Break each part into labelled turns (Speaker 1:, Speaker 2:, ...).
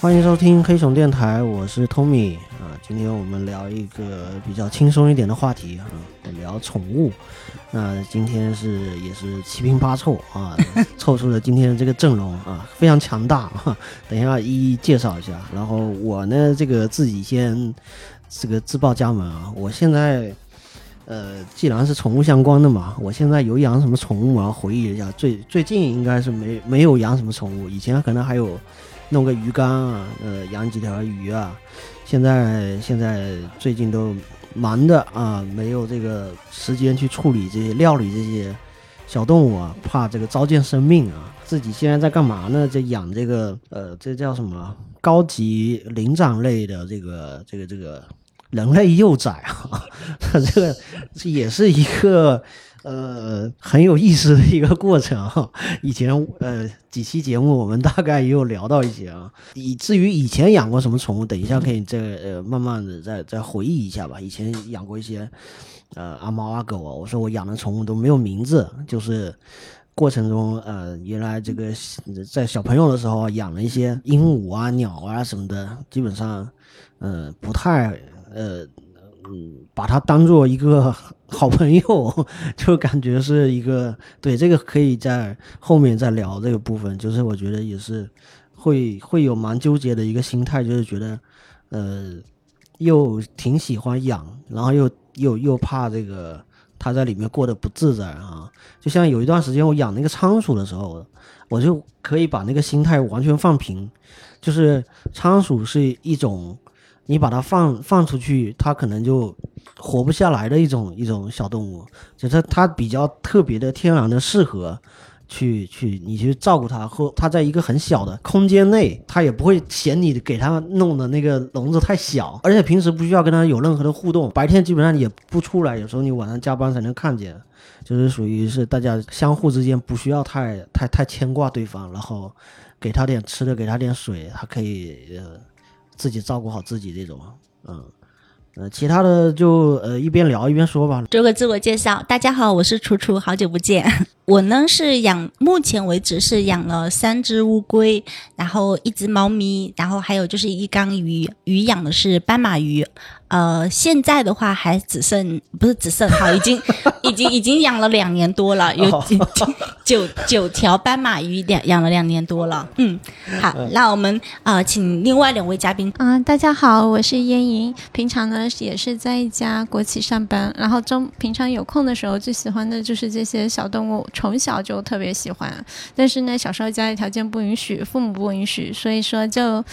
Speaker 1: 欢迎收听黑熊电台，我是 Tommy 啊。今天我们聊一个比较轻松一点的话题啊，聊宠物。那今天是也是七拼八凑啊，凑出了今天的这个阵容啊，非常强大啊。等一下一一介绍一下。然后我呢，这个自己先这个自报家门啊，我现在。呃，既然是宠物相关的嘛，我现在有养什么宠物啊？回忆一下，最最近应该是没没有养什么宠物，以前可能还有弄个鱼竿啊，呃，养几条鱼啊。现在现在最近都忙的啊，没有这个时间去处理这些料理这些小动物啊，怕这个糟践生命啊。自己现在在干嘛呢？在养这个呃，这叫什么高级灵长类的这个这个这个人类幼崽啊， 这个这也是一个。呃，很有意思的一个过程啊。以前呃几期节目我们大概也有聊到一些啊，以至于以前养过什么宠物，等一下可以再呃慢慢的再再回忆一下吧。以前养过一些呃阿猫阿狗啊，我说我养的宠物都没有名字，就是过程中呃原来这个在小朋友的时候啊养了一些鹦鹉啊、鸟啊什么的，基本上呃不太呃。嗯，把它当做一个 好朋友，就感觉是一个对这个可以在后面再聊这个部分，就是我觉得也是会会有蛮纠结的一个心态，就是觉得呃又挺喜欢养，然后又又又怕这个它在里面过得不自在啊。就像有一段时间我养那个仓鼠的时候，我就可以把那个心态完全放平，就是仓鼠是一种。你把它放放出去，它可能就活不下来的一种一种小动物，就它它比较特别的天然的适合去去你去照顾它，或它在一个很小的空间内，它也不会嫌你给它弄的那个笼子太小，而且平时不需要跟它有任何的互动，白天基本上也不出来，有时候你晚上加班才能看见，就是属于是大家相互之间不需要太太太牵挂对方，然后给它点吃的，给它点水，它可以呃。自己照顾好自己这种，嗯，呃，其他的就呃一边聊一边说吧。
Speaker 2: 做个自我介绍，大家好，我是楚楚，好久不见。 我呢是养，目前为止是养了三只乌龟，然后一只猫咪，然后还有就是一缸鱼，鱼养的是斑马鱼。呃，现在的话还只剩不是只剩好，已经 已经已经养了两年多了，有
Speaker 1: 哦
Speaker 2: 九九条斑马鱼两养了两年多了。嗯，好，那我们呃请另外两位嘉宾，
Speaker 3: 嗯、大家好，我是燕莹。平常呢也是在一家国企上班，然后中平常有空的时候，最喜欢的就是这些小动物，从小就特别喜欢。但是呢，小时候家里条件不允许，父母不允许，所以说就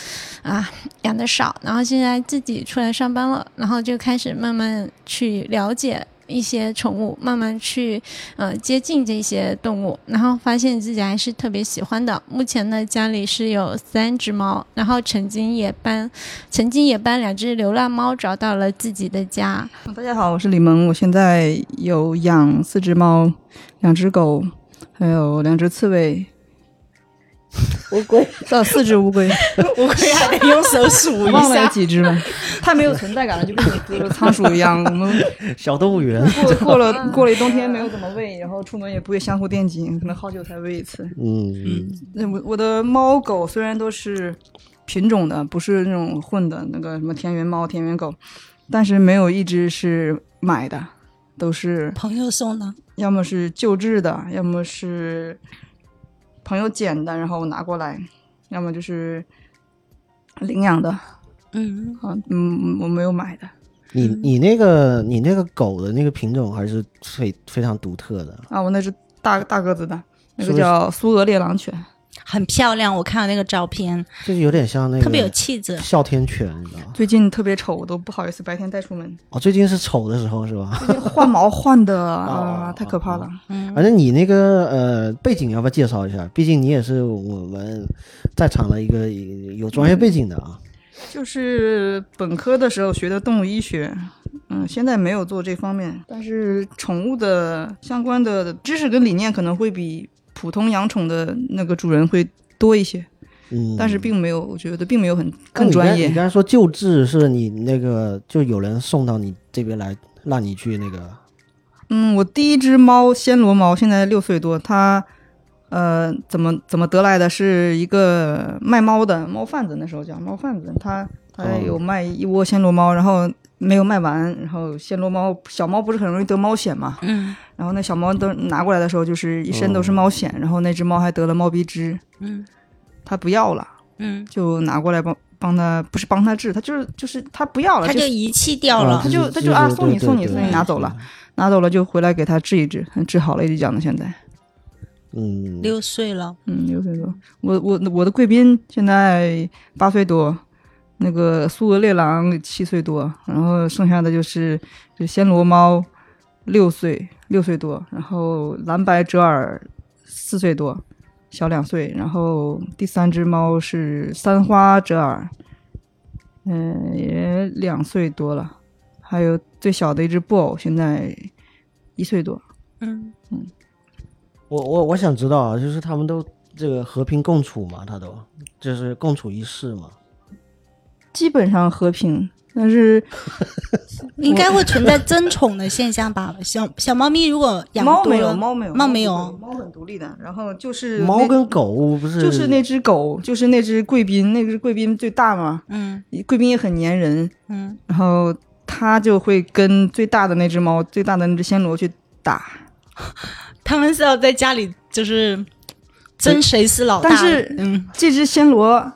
Speaker 3: 啊养的少。然后现在自己出来上班了，然后就开始慢慢去了解。一些宠物，慢慢去呃接近这些动物，然后发现自己还是特别喜欢的。目前呢，家里是有三只猫，然后曾经也搬曾经也帮两只流浪猫找到了自己的家。
Speaker 4: 嗯大家好，我是李萌，我现在有养四只猫、两只狗，还有两只刺猬，
Speaker 5: 乌 龟，
Speaker 4: 呃，四只 乌龟，
Speaker 5: 乌龟还得用手数 一
Speaker 4: 忘了有
Speaker 5: 下。
Speaker 4: 几只了。它没有存在感
Speaker 1: 啊
Speaker 4: 了，就跟我这个仓鼠一样，我们
Speaker 1: 小动物园，
Speaker 4: 过过
Speaker 5: 嗯
Speaker 4: 了过了一冬天没有怎么喂，然后出门也不会相互惦记，可能好久才喂一次。
Speaker 1: 嗯，
Speaker 4: 那我我的猫狗虽然都是品种的，不是那种混的那个什么田园猫、田园狗，但是没有一只是买的，都是
Speaker 2: 朋友送呢，
Speaker 4: 要么是救治的，要么是朋友捡的，然后拿过来，要么就是领养的啊，
Speaker 2: 嗯。
Speaker 4: 嗯，我没有买的
Speaker 1: 你你那个你那个狗的那个品种还是非非常独特的，
Speaker 4: 啊，我那是大大个子的，那
Speaker 1: 是
Speaker 4: 个
Speaker 1: 不是
Speaker 4: 叫苏俄猎狼犬，
Speaker 2: 很漂亮，我看了那个照片，
Speaker 1: 就是有点像那个
Speaker 2: 特别有气质。
Speaker 1: 哮天犬，你知道吗？
Speaker 4: 最近特别丑，我都不好意思白天带出门，
Speaker 1: 哦，最近是丑的时候是吧？
Speaker 4: 最近换毛换的
Speaker 1: 哦
Speaker 4: 啊，太可怕了。
Speaker 1: 反正你那个呃背景要不要介绍一下？毕竟你也是我们在场的一个有专业背景的啊。
Speaker 4: 就是本科的时候学的动物医学，嗯，现在没有做这方面，但是宠物的相关的知识跟理念可能会比普通养宠的那个主人会多一些，
Speaker 1: 嗯，
Speaker 4: 但是并没有，我觉得并没有很
Speaker 1: 那
Speaker 4: 更
Speaker 1: 你刚
Speaker 4: 专
Speaker 1: 你
Speaker 4: 业。
Speaker 1: 刚才说救治是你那个，就有人送到你这边来，让你去那个
Speaker 4: 嗯，我第一只猫暹罗猫现在六岁多，它呃，怎么怎么得来的？是一个卖猫的猫贩子，那时候叫猫贩子，他他
Speaker 1: 哦
Speaker 4: 有卖一窝暹罗猫，然后没有卖完，然后暹罗猫小猫不是很容易得猫癣嘛，
Speaker 2: 嗯
Speaker 4: 然后那小猫都拿过来的时候，就是一身都是
Speaker 1: 哦
Speaker 4: 猫癣，然后那只猫还得了猫鼻支，
Speaker 2: 嗯
Speaker 4: 他不要了，
Speaker 2: 嗯，
Speaker 4: 就拿过来帮帮他，不是帮他治，他就是就是他不要了，
Speaker 2: 他
Speaker 4: 就
Speaker 2: 哦就遗弃掉了
Speaker 1: 啊
Speaker 4: 他。就
Speaker 1: 这
Speaker 4: 他
Speaker 1: 是
Speaker 4: 就啊
Speaker 1: 这是
Speaker 4: 送你
Speaker 1: 对
Speaker 4: 送你
Speaker 1: 对
Speaker 4: 送你
Speaker 1: 对
Speaker 4: 拿走了拿走了就回来给他治一治，治好了一直讲到现在。
Speaker 1: 嗯，
Speaker 2: 六岁了，
Speaker 4: 嗯，六岁多。我我我的贵宾现在八岁多，那个苏俄猎狼七岁多，然后剩下的就是就暹罗猫六岁六岁多，然后蓝白折耳四岁多，小两岁，然后第三只猫是三花折耳，嗯、也两岁多了，还有最小的一只布偶现在一岁多。
Speaker 2: 嗯，
Speaker 1: 我我我想知道啊，就是他们都这个和平共处嘛，他都就是共处一室嘛。
Speaker 4: 基本上和平，但是
Speaker 2: 应该会存在争宠的现象吧？小小猫咪如果养
Speaker 4: 猫
Speaker 2: 多
Speaker 4: 没有，
Speaker 2: 了
Speaker 4: 猫没有，
Speaker 2: 猫没有
Speaker 4: 不会猫很独立的。然后就是
Speaker 1: 猫
Speaker 4: 呃那
Speaker 1: 跟狗不是
Speaker 4: 就是那只狗，就是那只贵宾，那只贵宾最大嘛，
Speaker 2: 嗯
Speaker 4: 贵宾也很粘人，
Speaker 2: 嗯
Speaker 4: 然后它就会跟最大的那只猫，最大的那只暹罗去打。
Speaker 2: 他们是要在家里就是争谁是老大，
Speaker 4: 但是
Speaker 2: 嗯
Speaker 4: 这只暹罗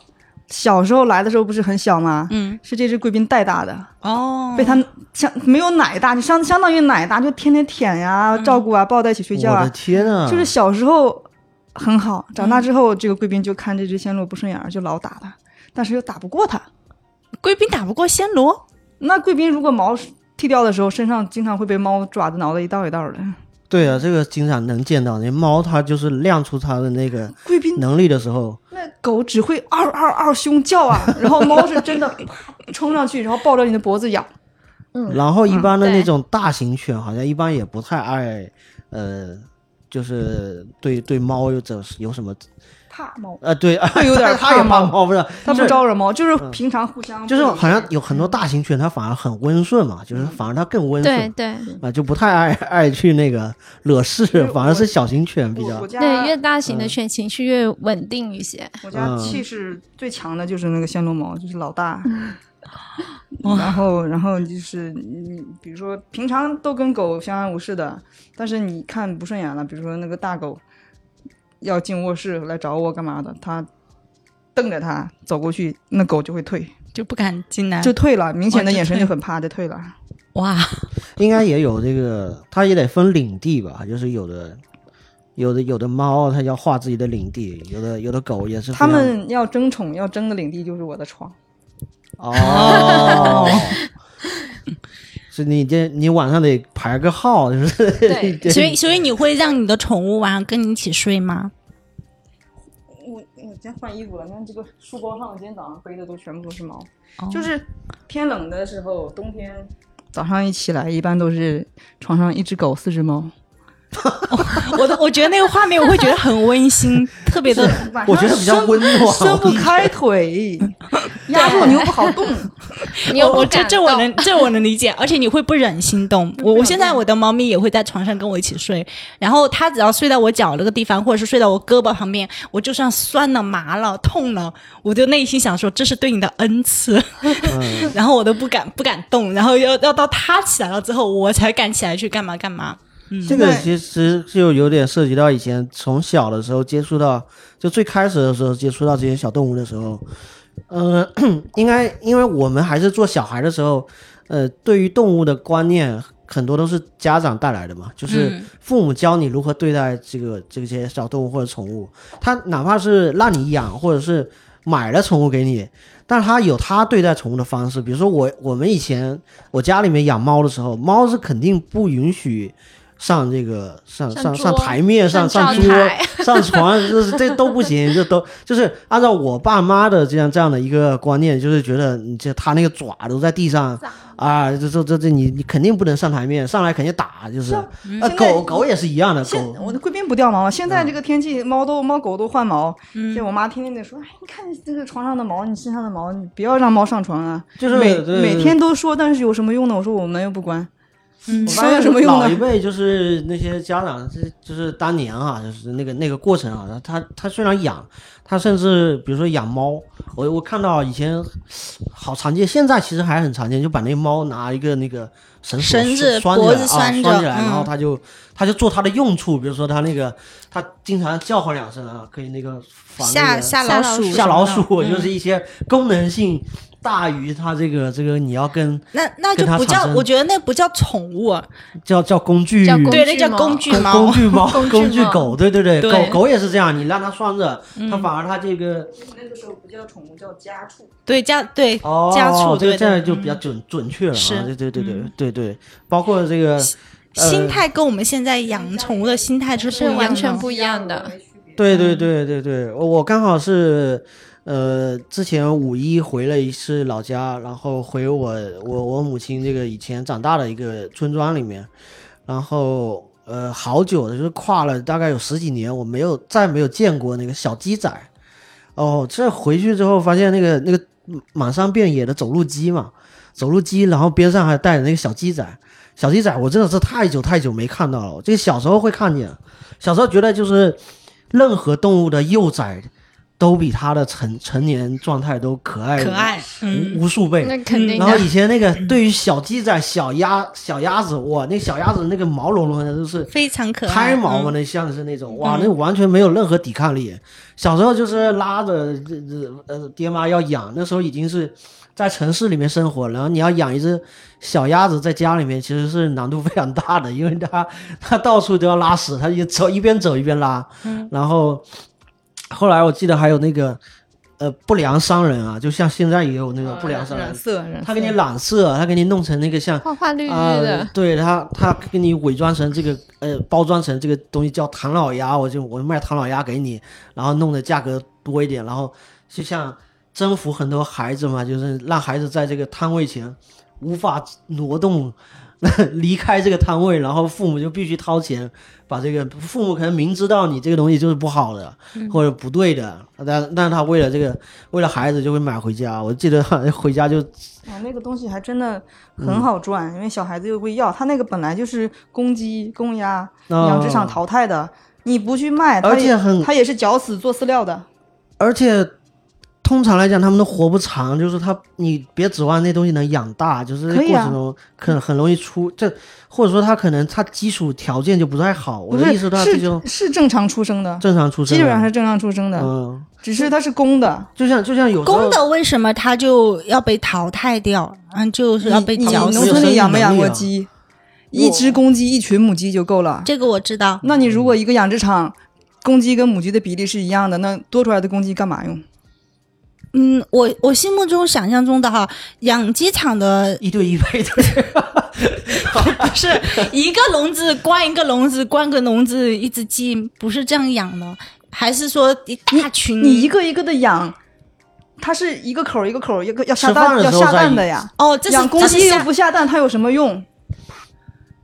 Speaker 4: 小时候来的时候不是很小吗？
Speaker 2: 嗯
Speaker 4: 是这只贵宾带大的，
Speaker 2: 哦，
Speaker 4: 被它相没有奶大，就相相当于奶大，就天天舔呀、
Speaker 2: 嗯
Speaker 4: 照顾啊、抱在一起睡觉
Speaker 1: 我
Speaker 4: 啊
Speaker 1: 的。天啊，
Speaker 4: 就是小时候很好，长大之后、这个贵宾就看这只暹罗不顺眼儿，就老打它，但是又打不过它。
Speaker 2: 贵宾打不过暹罗，
Speaker 4: 那贵宾如果毛剃掉的时候，身上经常会被猫爪子挠得一道一道的。
Speaker 1: 对啊，这个经常能见到，那猫它就是亮出它的那个
Speaker 4: 贵宾
Speaker 1: 能力的时候，
Speaker 4: 那狗只会嗷嗷嗷凶叫啊，然后猫 是真的啪冲上去，然后抱着你的脖子咬。
Speaker 1: 然后一般的
Speaker 3: 嗯
Speaker 1: 那
Speaker 3: 对
Speaker 1: 种大型犬好像一般也不太爱，呃，就是对对猫有怎有什么
Speaker 4: 怕猫，
Speaker 1: 呃对，
Speaker 4: 它 有点
Speaker 1: 它它也
Speaker 4: 怕猫
Speaker 1: 怕猫不是，
Speaker 4: 它不
Speaker 1: 就是嗯
Speaker 4: 招惹猫，就是平常互相
Speaker 1: 就是好像有很多大型犬它反而很温顺嘛，就是反而它更温
Speaker 3: 对
Speaker 1: 顺。
Speaker 3: 对
Speaker 1: 啊，就不太爱 爱去那 个惹事
Speaker 4: 是，
Speaker 1: 反而是小型犬比
Speaker 4: 我
Speaker 1: 较
Speaker 4: 我。家
Speaker 3: 对，越大型的犬情绪越稳定一些。
Speaker 4: 我家
Speaker 1: 嗯
Speaker 4: 气势最强的就是那个暹罗猫，就是老大。 然后，然后就是你，比如说平常都跟狗相安无事的，但是你看不顺眼了，比如说那个大狗要进卧室来找我干嘛的，它瞪着它走过去，那狗就会退，
Speaker 2: 就不敢进来，
Speaker 4: 就退了，明显
Speaker 2: 哦
Speaker 4: 的
Speaker 2: 就
Speaker 4: 眼神
Speaker 2: 退
Speaker 4: 就很怕，就退了。
Speaker 2: 哇，
Speaker 1: 应该也有这个，它也得分领地吧，就是有的。有的有的猫它要画自己的领地，有的有的狗也是非
Speaker 4: 他
Speaker 1: 常。
Speaker 4: 们要争宠，要争的领地就是我的床。
Speaker 1: 哦，是你这你晚上得排个号，就是
Speaker 3: 对
Speaker 1: 这
Speaker 2: 所以所以你会让你的宠物晚上跟你一起睡 吗？
Speaker 4: 我我今天换衣服了，你看这个书包上、今天早上背的都全部都是毛，就是天冷的时候，冬天哦早上一起来，一般都是床上一只狗，四只猫。
Speaker 2: 我的我觉得那个画面我会觉得很温馨，特别的
Speaker 1: 我觉得比较温暖
Speaker 4: 伸不开腿，压住你又不好动。
Speaker 3: 你又
Speaker 2: 我我
Speaker 3: 不
Speaker 2: 哦这
Speaker 3: 敢
Speaker 2: 这我
Speaker 3: 动嗯
Speaker 2: 能这我能理解，而且你会不忍心动。我我现在我的猫咪也会在床上跟我一起睡，然后它只要睡到我脚那个地方，或者是睡到我胳膊旁边，我就算酸了、麻了、痛了，我就内心想说这是对你的恩赐，
Speaker 1: 嗯
Speaker 2: 然后我都不敢不敢动，然后要要到它起来了之后，我才敢起来去干嘛干嘛。
Speaker 1: 这个其实就有点涉及到以前从小的时候接触到，就最开始的时候接触到这些小动物的时候，呃，应该因为我们还是做小孩的时候，呃，对于动物的观念很多都是家长带来的嘛，就是父母教你如何对待这个这些小动物或者宠物，他哪怕是让你养或者是买了宠物给你，但是他有他对待宠物的方式，比如说我我们以前我家里面养猫的时候，猫是肯定不允许。上这个上
Speaker 3: 上
Speaker 1: 上
Speaker 3: 桌
Speaker 1: 上台面上上
Speaker 3: 上灶
Speaker 1: 桌
Speaker 3: 台
Speaker 1: 上床，就是这都不行，这都就是按照我爸妈的这样这样的一个观念，就是觉得你这他那个爪都在地上啊，这这这这你你肯定不能上台面，上来肯定打，就是啊、
Speaker 4: 现在
Speaker 1: 狗狗也是一样的，
Speaker 4: 现
Speaker 1: 狗嗯
Speaker 4: 我的贵宾不掉毛了，现在这个天气，猫都猫狗都换毛。嗯，我妈天天得说，哎，你看你这个床上的毛，你身上的毛，你不要让猫上床啊。
Speaker 1: 就是
Speaker 4: 每
Speaker 1: 对
Speaker 4: 每天都说，但是有什么用呢？我说我门又不关，
Speaker 2: 嗯
Speaker 4: 我发现有什么用
Speaker 1: 老一
Speaker 4: 呢？
Speaker 1: 辈就是那些家长，是就是当年啊，就是那个那个过程啊，他他虽然养，他甚至比如说养猫，我我看到以前好常见，现在其实还很常见，就把那猫拿一个那个绳索
Speaker 2: 绳子
Speaker 1: 拴起
Speaker 2: 脖
Speaker 1: 来
Speaker 2: 子
Speaker 1: 啊
Speaker 2: 拴
Speaker 1: 拴
Speaker 2: 着
Speaker 1: 起来，然后
Speaker 2: 嗯
Speaker 1: 他就他就做他的用处，比如说他那个他经常叫唤两声啊，可以那个防那
Speaker 2: 吓
Speaker 1: 个
Speaker 2: 吓老
Speaker 3: 吓老
Speaker 2: 鼠，
Speaker 1: 吓老鼠，就是
Speaker 2: 嗯
Speaker 1: 一些功能性大于它这个这个你要跟
Speaker 2: 那那就
Speaker 1: 跟它
Speaker 2: 不
Speaker 1: 产
Speaker 2: 叫，
Speaker 1: 生
Speaker 2: 我觉得那不叫宠物啊，
Speaker 1: 叫叫工具
Speaker 3: 叫工
Speaker 2: 对，那
Speaker 3: 具
Speaker 2: 叫 工
Speaker 3: 猫
Speaker 2: 具
Speaker 1: 工
Speaker 2: 猫
Speaker 1: 哦工。具猫、工具
Speaker 3: 工具猫
Speaker 1: 狗，对对对，
Speaker 2: 对嗯
Speaker 1: 狗狗也是这样，你让它拴着，它反而它这个
Speaker 4: 那个时候不叫宠物，叫家畜。
Speaker 2: 对家对
Speaker 1: 哦，
Speaker 2: 家畜
Speaker 1: 这个
Speaker 2: 对
Speaker 1: 这样
Speaker 2: 对，
Speaker 1: 就比较准准确了
Speaker 2: 是嗯
Speaker 1: 啊，对对对对对对，包括这个呃
Speaker 2: 心态跟我们现在养宠物的心态是不
Speaker 3: 是
Speaker 2: 一样的
Speaker 3: 完全不一样的。
Speaker 1: 对
Speaker 2: 嗯
Speaker 1: 对对对对，我我刚好是，呃，之前五一回了一次老家，然后回我我我母亲这个以前长大的一个村庄里面，然后呃，好久了，就是跨了大概有十几年，我没有再没有见过那个小鸡仔。哦，这回去之后发现那个那个满山遍野的走路鸡嘛，走路鸡，然后边上还带着那个小鸡仔。小鸡仔，我真的是太久太久没看到了。这个小时候会看见，小时候觉得就是任何动物的幼崽都比它的成成年状态都可爱
Speaker 4: 哎
Speaker 2: 可爱，嗯，
Speaker 1: 无无数倍。
Speaker 3: 那肯定
Speaker 1: 然后
Speaker 3: 的，
Speaker 1: 以前那个对于小鸡仔、小鸭、小鸭子，哇，那小鸭子那个毛茸茸的，就是
Speaker 2: 非常可爱。
Speaker 1: 胎毛嘛，
Speaker 2: 嗯
Speaker 1: 那像是那种哇，那完全没有任何抵抗力。小时候就是拉着这这呃爹妈要养，那时候已经是在城市里面生活，然后你要养一只小鸭子在家里面，其实是难度 非常大的，因为它它到处都要拉屎，它就走一边走一边拉。然后后来我记得还有那个呃不良商人啊，就像现在也有那个不良商人
Speaker 4: 染，色，染色
Speaker 1: 他给你染色，他给你弄成那个像
Speaker 3: 花花绿绿
Speaker 1: 啊，
Speaker 3: 的，
Speaker 1: 对他，他给你伪装成这个，呃，包装成这个东西叫唐老鸭，我就我卖唐老鸭给你，然后弄的价格多一点，然后就像征服很多孩子嘛，就是让孩子在这个摊位前无法挪动，离开这个摊位，然后父母就必须掏钱把这个，父母可能明知道你这个东西就是不好的、或者不对的，但但他为了这个，为了孩子就会买回家。我记得哎回家就
Speaker 4: 啊，那个东西还真的很
Speaker 1: 嗯
Speaker 4: 好赚，因为小孩子又会要。他那个本来就是公鸡、公鸭养殖场
Speaker 1: 哦
Speaker 4: 淘汰的，你不去卖，它
Speaker 1: 而且
Speaker 4: 也
Speaker 1: 很
Speaker 4: 它也是绞死做饲料的。
Speaker 1: 而且通常来讲，他们都活不长，就是他你别指望那东西能养大，就是这
Speaker 4: 可
Speaker 1: 过
Speaker 4: 以啊
Speaker 1: 程中可很容易出这，或者说他可能他基础条件就不太好。我
Speaker 4: 不
Speaker 1: 的
Speaker 4: 是
Speaker 1: 意思，他这就是
Speaker 4: 是正常出生的，
Speaker 1: 正常出生
Speaker 4: 基
Speaker 1: 的，
Speaker 4: 本上是正常出生的，
Speaker 1: 嗯，
Speaker 4: 只是它是公的。
Speaker 1: 就像就像有时候
Speaker 2: 公的为什么它就要被淘汰掉？嗯，就是要被
Speaker 4: 你
Speaker 2: 绞
Speaker 4: 农
Speaker 1: 有
Speaker 2: 死。
Speaker 4: 村
Speaker 1: 生
Speaker 4: 里
Speaker 1: 育
Speaker 4: 养没
Speaker 1: 能
Speaker 4: 养
Speaker 1: 力
Speaker 4: 过
Speaker 1: 啊
Speaker 4: 鸡？一只公鸡一群母鸡就够了。
Speaker 2: 这个我知道，
Speaker 4: 那你如果一个养殖场，公鸡跟母鸡的比例是一样的，那多出来的公鸡干嘛用？
Speaker 2: 嗯，我我心目中想象中的哈，养鸡场的
Speaker 1: 一对一配对，
Speaker 2: 不是一个笼子关一个笼子，关个笼子一只鸡，不是这样养的，还是说一大群？
Speaker 4: 你一个一个的养，它是一个口儿一个口儿，一个要下
Speaker 1: 吃饭
Speaker 4: 蛋
Speaker 1: 的
Speaker 4: 要
Speaker 1: 时候
Speaker 4: 下
Speaker 1: 再
Speaker 4: 蛋的
Speaker 1: 一
Speaker 4: 呀。
Speaker 2: 哦，这是
Speaker 4: 养公
Speaker 2: 这是
Speaker 4: 鸡又
Speaker 2: 下
Speaker 4: 不下蛋，它有什么用？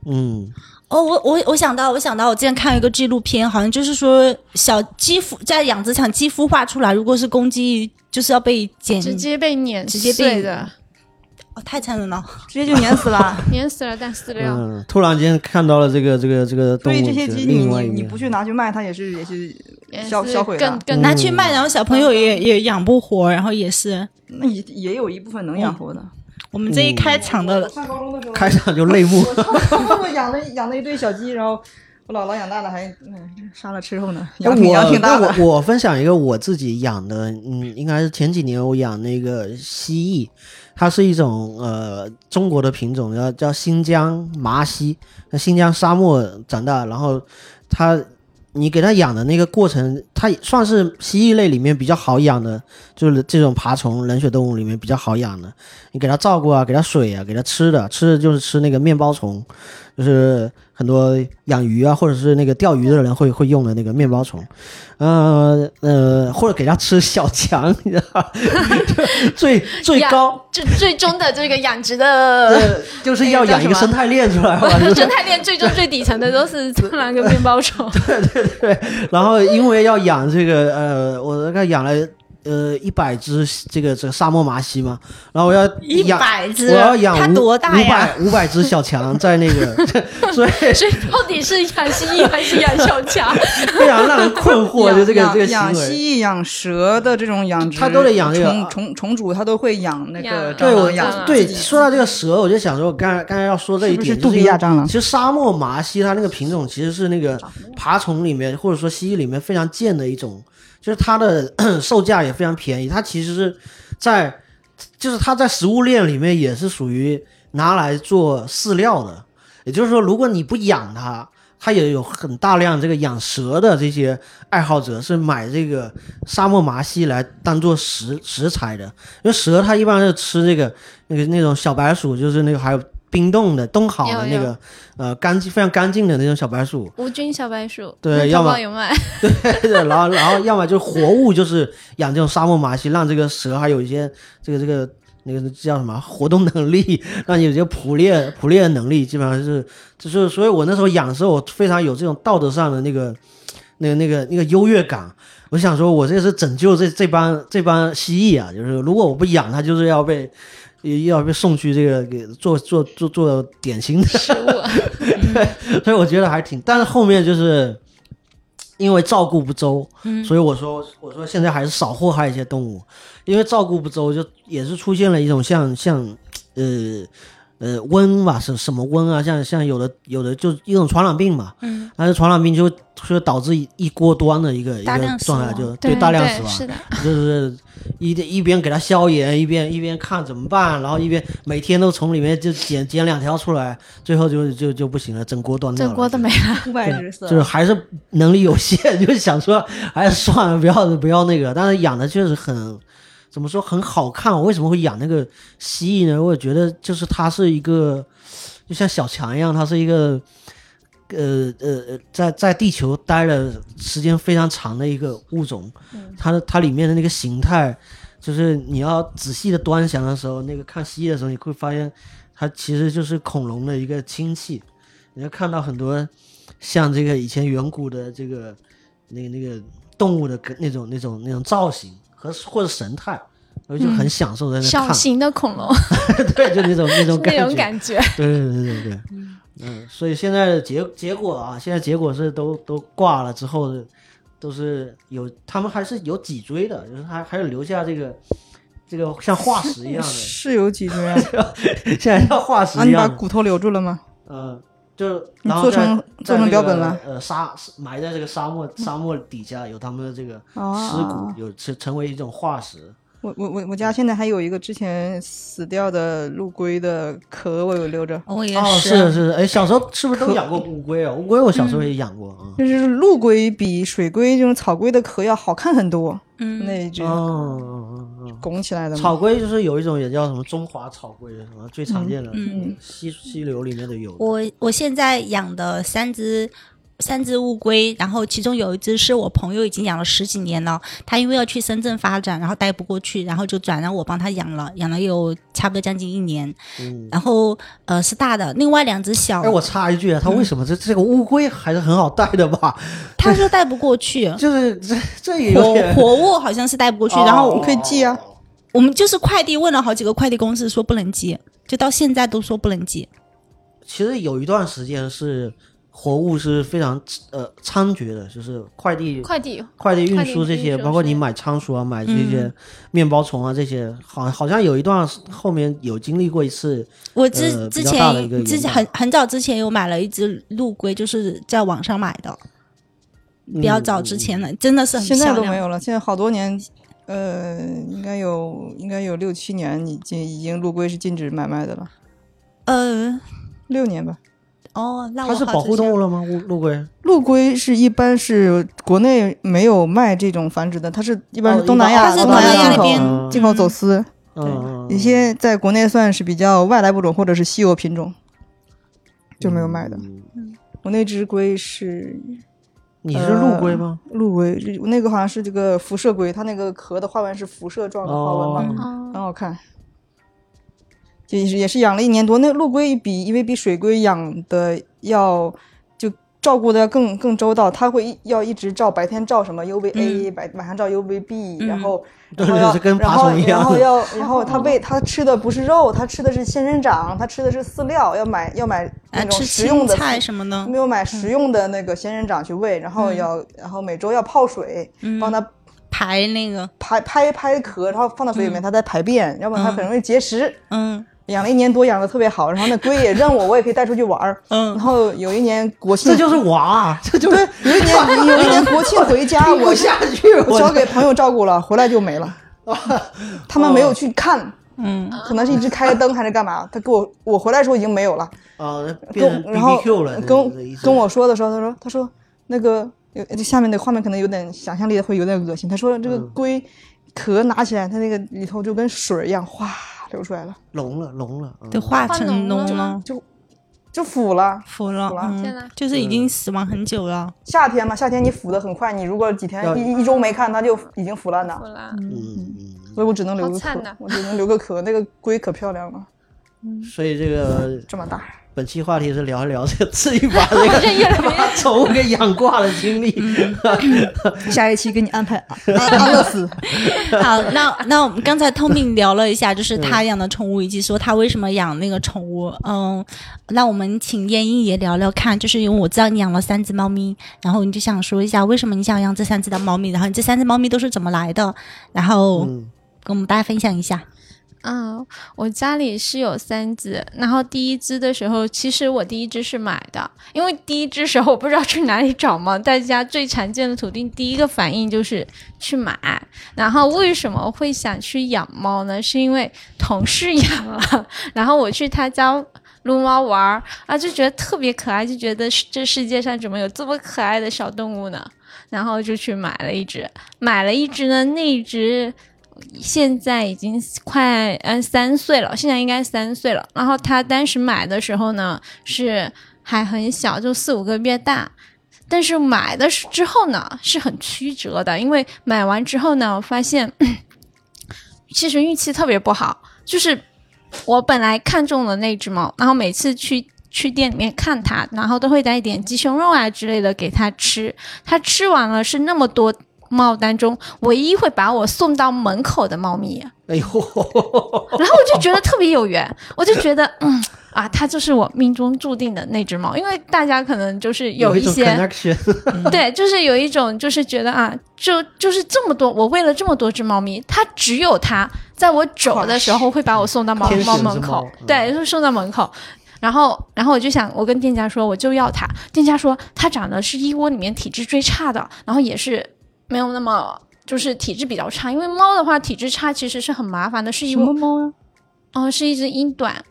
Speaker 1: 嗯，
Speaker 2: 哦，我我我想到，我想到，我之前看一个纪录片，好像就是说小鸡孵在养殖场鸡孵化出来，如果是公鸡，就是要被剪，
Speaker 3: 直接被碾
Speaker 2: 直接被
Speaker 3: 碎的，
Speaker 2: 哦，太残忍了。
Speaker 4: 直接就碾死 了。
Speaker 3: 碾死了但饲料。
Speaker 1: 嗯，突然间看到了这个这个这个
Speaker 4: 所
Speaker 1: 动
Speaker 4: 以
Speaker 1: 物
Speaker 4: 啊这
Speaker 1: 的
Speaker 4: 些鸡你
Speaker 1: 另外
Speaker 4: 你
Speaker 1: 一
Speaker 4: 你
Speaker 1: 面
Speaker 4: 不去拿去卖，它也是也是
Speaker 3: 也
Speaker 4: 销
Speaker 3: 是
Speaker 4: 销毁
Speaker 3: 更
Speaker 4: 了。
Speaker 1: 嗯
Speaker 3: 更
Speaker 2: 拿去卖，然后小朋友也也养不活，然后也是
Speaker 4: 那也也有一部分能养活的。
Speaker 2: 我们这一开
Speaker 1: 嗯
Speaker 2: 场的，
Speaker 4: 嗯上高中的时候
Speaker 1: 开场就泪目，
Speaker 4: 我 养了养了一堆小鸡，然后我姥姥养大了还嗯杀了伺候呢，
Speaker 1: 那
Speaker 4: 养挺养
Speaker 1: 我
Speaker 4: 挺大
Speaker 1: 那
Speaker 4: 的。
Speaker 1: 我我分享一个我自己养的，嗯，应该是前几年我养那个蜥蜴，它是一种呃中国的品种，叫叫新疆麻蜥，在新疆沙漠长大，然后它你给它养的那个过程，它也算是蜥蜴类里面比较好养的，就是这种爬虫冷血动物里面比较好养的。你给它照顾啊，给它水啊，给它吃的，吃的就是吃那个面包虫，就是很多养鱼啊，或者是那个钓鱼的人会会用的那个面包虫，呃呃，或者给它吃小强，你知道吗， 就 最最高。
Speaker 3: 最最终的这个养殖的
Speaker 1: 呃，就是要养一个生态链出来嘛， 就是
Speaker 3: 生态链，最终最底层的都是蟑螂 跟面包虫。
Speaker 1: 然后因为要养这个，呃，我大概养了呃一百只这个这个沙漠麻蜥吗？然后我要
Speaker 2: 一
Speaker 1: 养
Speaker 2: 百只
Speaker 1: 我要养
Speaker 2: 它
Speaker 1: 五
Speaker 2: 啊多大呀
Speaker 1: 五百五百只小强在那个， 所以
Speaker 3: 所以到底是养蜥蜴还是养小强？
Speaker 1: 非常让人困惑，
Speaker 4: 养
Speaker 1: 就这个
Speaker 4: 养
Speaker 1: 这个
Speaker 4: 养
Speaker 1: 行
Speaker 4: 蜥
Speaker 1: 为。
Speaker 4: 蜴、养蛇的这种养殖，
Speaker 1: 它都得养这个
Speaker 4: 虫虫虫主，它都会养那个
Speaker 3: 养
Speaker 1: 对，
Speaker 4: 蟑
Speaker 1: 我
Speaker 4: 螂，
Speaker 3: 养
Speaker 4: 养啊
Speaker 1: 对
Speaker 3: 自己
Speaker 1: 说到这个蛇，我就想说，我刚才刚才要说这一
Speaker 4: 是不
Speaker 1: 点，就
Speaker 4: 是
Speaker 1: 是
Speaker 4: 杜比
Speaker 1: 因为
Speaker 4: 亚蟑螂
Speaker 1: 其实沙漠麻蜥它那个品种其实是那个爬虫里面或者说蜥蜴里面非常贱的一种，就是它的 售价也非常便宜，它其实是在就是它在食物链里面也是属于拿来做饲料的，也就是说，如果你不养它。它也有很大量这个养蛇的这些爱好者是买这个沙漠麻蜥来当做食食材的，因为蛇它一般是吃这个那个那种小白鼠，就是那个还有冰冻的冻好的
Speaker 3: 有
Speaker 1: 那
Speaker 3: 有
Speaker 1: 个呃干净非常干净的那种小白鼠，
Speaker 3: 无菌小白鼠，
Speaker 1: 对
Speaker 3: 嗯
Speaker 1: 要
Speaker 3: 淘
Speaker 1: 么
Speaker 3: 宝有卖，
Speaker 1: 对，然后然后要么就是活物，就是养这种沙漠麻蜥，让这个蛇还有一些这个这个那个叫什么活动能力，让有些捕猎捕猎能力，基本上是就是，所以我那时候养的时候，我非常有这种道德上的那个那个那个那个优越感。我想说，我这是拯救这这帮这帮蜥蜴啊，就是如果我不养它，就是要被。要被送去这个给做做做做典型的
Speaker 3: 食物
Speaker 1: 所以我觉得还挺，但是后面就是因为照顾不周，所以我说我说现在还是少祸害一些动物，因为照顾不周就也是出现了一种像像呃呃瘟吧，是什么瘟啊？像像有的有的就一种传染病嘛，嗯，但是传染病就就导致一一锅端的一个一
Speaker 2: 大
Speaker 1: 个
Speaker 2: 量死
Speaker 1: 状态，
Speaker 2: 亡
Speaker 1: 就对大量死
Speaker 3: 对，
Speaker 1: 亡，
Speaker 3: 是的，
Speaker 1: 就是一一边给它消炎，一边一边看怎么办，然后一边每天都从里面就捡捡两条出来，最后就就就不行了，整锅端掉
Speaker 3: 这
Speaker 1: 了。
Speaker 3: 锅都没了。
Speaker 4: 五百只色
Speaker 1: 就是还是能力有限，就是想说还是算了，不要不要那个。但是养的确实很，怎么说很好看。我为什么会养那个蜥蜴呢？我觉得就是它是一个，就像小强一样，它是一个，呃呃，呃在在地球待了时间非常长的一个物种。它的它里面的那个形态，就是你要仔细的端详的时候，那个看蜥蜴的时候，你会发现它其实就是恐龙的一个亲戚。你会看到很多像这个以前远古的这个那个那个动物的跟那种那种那种造型和或者神态，我就很享受在那看，
Speaker 3: 小型的恐龙
Speaker 1: 对，就那种那种感
Speaker 3: 那
Speaker 1: 觉，
Speaker 3: 种感觉，
Speaker 1: 对对对对对，嗯，所以现在的结结果啊，现在结果是都都挂了之后，都是有他们还是有脊椎的，就是还还有留下这个这个像化石一样 的，
Speaker 4: 是有脊椎啊？
Speaker 1: 现在像化石
Speaker 4: 啊，
Speaker 1: 一
Speaker 4: 你把
Speaker 1: 样的，
Speaker 4: 骨头留住了吗？
Speaker 1: 嗯，就是
Speaker 4: 你
Speaker 1: 然后
Speaker 4: 做
Speaker 1: 在
Speaker 4: 成
Speaker 1: 在
Speaker 4: 做成
Speaker 1: 这
Speaker 4: 标
Speaker 1: 个
Speaker 4: 本了
Speaker 1: 呃，沙埋在这个沙漠沙漠底下有他们的这个尸骨
Speaker 4: 哦，
Speaker 1: 有成成为一种化石。
Speaker 4: 我我我我家现在还有一个之前死掉的陆龟的壳，我有留着。
Speaker 2: 我也
Speaker 1: 哦，
Speaker 4: 啊
Speaker 1: 是是，哎，小时候是不 是都养过乌龟啊？乌龟我小时候也养过啊。
Speaker 4: 就是陆龟比水龟这种草龟的壳要好看很多，
Speaker 2: 嗯
Speaker 4: 那一只
Speaker 1: 哦哦哦哦
Speaker 4: 拱起来的
Speaker 1: 哦，
Speaker 4: 嘛。
Speaker 1: 草龟就是有一种也叫什么中华草龟，什么最常见的
Speaker 2: 嗯
Speaker 1: 溪溪流里面的有的。
Speaker 2: 我我现在养的三只三只乌龟，然后其中有一只是我朋友已经养了十几年了，他因为要去深圳发展，然后待不过去，然后就转让我帮他养了，养了有差不多将近一年，
Speaker 1: 嗯，
Speaker 2: 然后呃是大的，另外两只小
Speaker 1: 哎，，我插一句啊，它为什么这这个乌龟还是很好带的吧？。
Speaker 2: 他说带不过去
Speaker 1: 就是这这也 有
Speaker 2: 活
Speaker 1: 点哦
Speaker 2: 活物好像是带不过去，然后
Speaker 4: 可以寄啊。
Speaker 2: 我们就是快递问了好几个快递公司说不能寄，就到现在都说不能寄。
Speaker 1: 其实有一段时间是活物是非常呃猖獗的，就是快递
Speaker 3: 快递
Speaker 1: 快递运输这
Speaker 3: 快递运
Speaker 1: 些，
Speaker 3: 输
Speaker 1: 包括
Speaker 3: 是
Speaker 1: 你买仓鼠啊，买这些面包虫啊这些，好好像有一段后面有经历过一次，
Speaker 2: 我之、
Speaker 1: 呃
Speaker 2: 之
Speaker 1: 比较大的
Speaker 2: 前
Speaker 1: 一个
Speaker 2: 之
Speaker 1: 原因
Speaker 2: 前很很早之前有买了一只陆龟，就是在网上买的，
Speaker 1: 嗯
Speaker 2: 比较早之前了，真的是很漂
Speaker 4: 现
Speaker 2: 亮。
Speaker 4: 在都没有了，现在好多年，呃，应该有应该有六七年，已经已经陆龟是禁止买卖的了，
Speaker 2: 呃，
Speaker 4: 六年吧。
Speaker 2: 哦，那我
Speaker 1: 它是保护动
Speaker 2: 物，
Speaker 1: 物了吗？乌陆龟
Speaker 4: 陆龟是一般是国内没有卖这这种繁殖的，它是一般
Speaker 1: 哦
Speaker 4: 是东南亚，
Speaker 2: 它是
Speaker 4: 东
Speaker 2: 东南亚
Speaker 4: 进
Speaker 2: 那
Speaker 4: 口
Speaker 2: 边
Speaker 1: 嗯
Speaker 4: 进口走私，
Speaker 1: 嗯，
Speaker 4: 有些在国内算是比较外来物种或者是稀有品种，就没有卖的。
Speaker 1: 嗯
Speaker 4: 我那只龟是
Speaker 1: 你是陆龟吗？
Speaker 4: 陆龟，那个好像是这个辐射龟，它那个壳的花纹是辐射状的花纹嘛，
Speaker 1: 哦，
Speaker 2: 嗯
Speaker 4: 很呃好看。就是也是养了一年多，那陆龟比因为比水龟养的要就照顾的更更周到，它会一要一直照白天照什么 UVA，
Speaker 2: 嗯
Speaker 4: 白、晚上照 UVB，、
Speaker 2: 嗯
Speaker 4: 然后
Speaker 1: 对
Speaker 4: 然后要
Speaker 1: 这跟
Speaker 4: 然
Speaker 1: 爬
Speaker 4: 后
Speaker 1: 虫一样
Speaker 4: 然后要然 后它喂它吃的不是肉，它吃的是仙人掌，它吃的是饲料，要买要买那
Speaker 2: 啊，
Speaker 4: 种
Speaker 2: 吃
Speaker 4: 食用
Speaker 2: 青
Speaker 4: 的
Speaker 2: 菜嗯什么的
Speaker 4: 没，有买食用的那个仙人掌去喂，
Speaker 2: 嗯
Speaker 4: 然后要、然后每周要泡水，帮它
Speaker 2: 排那个，
Speaker 4: 拍拍拍壳，然后放到水里面，它再排便，要不然它
Speaker 2: 嗯
Speaker 4: 很容易结石。
Speaker 2: 嗯
Speaker 4: 养了一年多，养的特别好，然后那龟也认我，我也可以带出去玩儿。然
Speaker 2: 嗯，
Speaker 4: 后有一年国 庆，
Speaker 1: 这就是啊娃，这就
Speaker 4: 对，有一年有一年国庆回家，
Speaker 1: 不
Speaker 4: 我
Speaker 1: 下去，
Speaker 4: 我
Speaker 1: 我
Speaker 4: 交给朋友照顾了，回来就没了。他们没有去看，
Speaker 2: 嗯，
Speaker 4: 可能是一直开灯还是干嘛？他给我我回来的时候已经没有了。
Speaker 1: 啊，那变
Speaker 4: 跟
Speaker 1: 成
Speaker 4: 然后
Speaker 1: BBQ 了，这这一
Speaker 4: 跟
Speaker 1: 身
Speaker 4: 跟我说的时候，他说他说那个有这下面的画面可能有点想象力会有点恶心。他说这个
Speaker 1: 嗯
Speaker 4: 龟壳拿起来，它那个里头就跟水一样哗流出来了，
Speaker 1: 聋了聋了，嗯
Speaker 2: 对，化
Speaker 6: 化
Speaker 2: 成
Speaker 6: 脓了
Speaker 2: 脓
Speaker 6: 吗
Speaker 2: 了，
Speaker 4: 就腐了。
Speaker 2: 服了
Speaker 4: 服，了
Speaker 2: 嗯
Speaker 6: 天哪，
Speaker 2: 就是已经死亡很久了，
Speaker 4: 夏天嘛，夏天你腐的很快，你如果几天
Speaker 1: 要
Speaker 4: 一一周没看，它就已经腐烂
Speaker 6: 好
Speaker 4: 了。
Speaker 6: 啦，
Speaker 1: 嗯嗯。
Speaker 4: 所以我只能留个
Speaker 6: 好惨
Speaker 4: 壳
Speaker 6: 呐，
Speaker 4: 我只能留个壳。那个龟可漂亮了，
Speaker 1: 所以这个
Speaker 4: 这么大。
Speaker 1: 本期话题是聊一聊这个自己把这 个把宠物给养挂的经历。
Speaker 4: 下一期给你安排安安乐死。
Speaker 2: 好，那那我们刚才 Tommy 聊了一下，就是
Speaker 1: 嗯
Speaker 2: 他养的宠物，以及说他为什么养那个宠物。嗯，那我们请燕英也聊聊看，就是因为我知道你养了三只猫咪，然后你就想说一下为什么你想养这三只的猫咪，然后你这三只猫咪都是怎么来的，然后
Speaker 1: 嗯
Speaker 2: 跟我们大家分享一下。
Speaker 6: 嗯，我家里是有三只，然后第一只的时候，其实我第一只是买的，因为第一只时候我不知道去哪里找嘛，大家最常见的途径，第一个反应就是去买。然后为什么会想去养猫呢？是因为同事养了，然后我去他家。撸猫玩儿啊，就觉得特别可爱，就觉得是这世界上怎么有这么可爱的小动物呢？然后就去买了一只，买了一只呢，那一只现在已经快嗯三岁了，现在应该三岁了。然后他当时买的时候呢，是还很小，就四五个月大。但是买的时之后呢，是很曲折的，因为买完之后呢，我发现 其实运气特别不好，就是我本来看中了那只猫，然后每次去。去店里面看它，然后都会带一点鸡胸肉啊之类的给它吃。它吃完了是那么多猫当中唯一会把我送到门口的猫咪，
Speaker 1: 哎呦，
Speaker 6: 然后我就觉得特别有 缘，我就觉得嗯啊，它就是我命中注定的那只猫，因为大家可能就是有
Speaker 1: 一
Speaker 6: 一
Speaker 1: 种
Speaker 6: 些
Speaker 1: connection，
Speaker 6: 对，就是有一种就是觉得啊，就就是这么多，我喂了这么多只猫咪，它只有它在我走的时候会把我送到猫
Speaker 1: 天使
Speaker 6: 猫
Speaker 1: 之
Speaker 6: 门
Speaker 1: 猫
Speaker 6: 口，
Speaker 1: 嗯
Speaker 6: 对，就送到门口。然后，然后我就想，我跟店家说，我就要它。店家说，它长得是一窝里面体质最差的，然后也是没有那么就是体质比较差，因为猫的话体质差其实是很麻烦的， 是一
Speaker 4: 什
Speaker 6: 窝
Speaker 4: 么猫呀？
Speaker 6: 哦、是一只英短，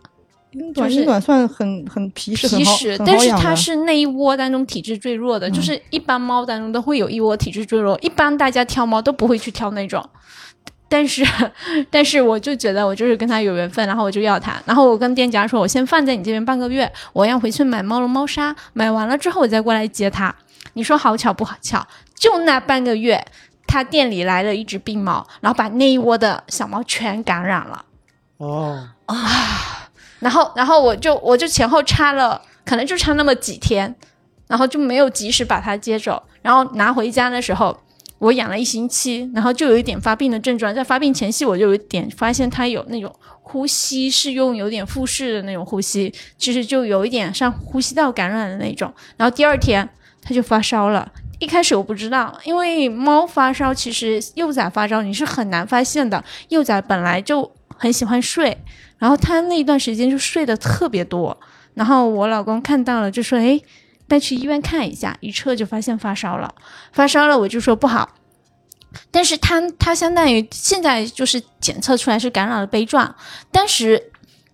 Speaker 4: 英短
Speaker 6: 就是
Speaker 4: 英短算很很皮实，
Speaker 6: 皮
Speaker 4: 很好
Speaker 6: 实，
Speaker 4: 很
Speaker 6: 但
Speaker 4: 好
Speaker 6: 是
Speaker 4: 养
Speaker 6: 它
Speaker 4: 的嗯
Speaker 6: 是那一窝当中体质最弱的，就是一般猫当中都会有一窝体质最弱，一般大家挑猫都不会去挑那种。但是， 但是我就觉得我就是跟它有缘分，然后我就要它，然后我跟店家说，我先放在你这边半个月，我要回去买猫笼、猫砂，买完了之后我再过来接它。你说好巧不好巧？就那半个月，他店里来了一只病猫，然后把那一窝的小猫全感染了。
Speaker 1: 哦，
Speaker 6: 然后然后我就我就前后差了，可能就差那么几天，然后就没有及时把它接走，然后拿回家的时候。我养了一星期，然后就有一点发病的症状，在发病前夕我就有一点发现它有那种呼吸是用有点腹式的那种呼吸，其实就有一点像呼吸道感染的那种。然后第二天它就发烧了，一开始我不知道，因为猫发烧其实幼崽发烧你是很难发现的，幼崽本来就很喜欢睡，然后他那一段时间就睡得特别多，然后我老公看到了就说：“哎，带去医院看一下。”一测就发现发烧了，发烧了我就说不好。但是他他相当于现在就是检测出来是感染了杯状，当时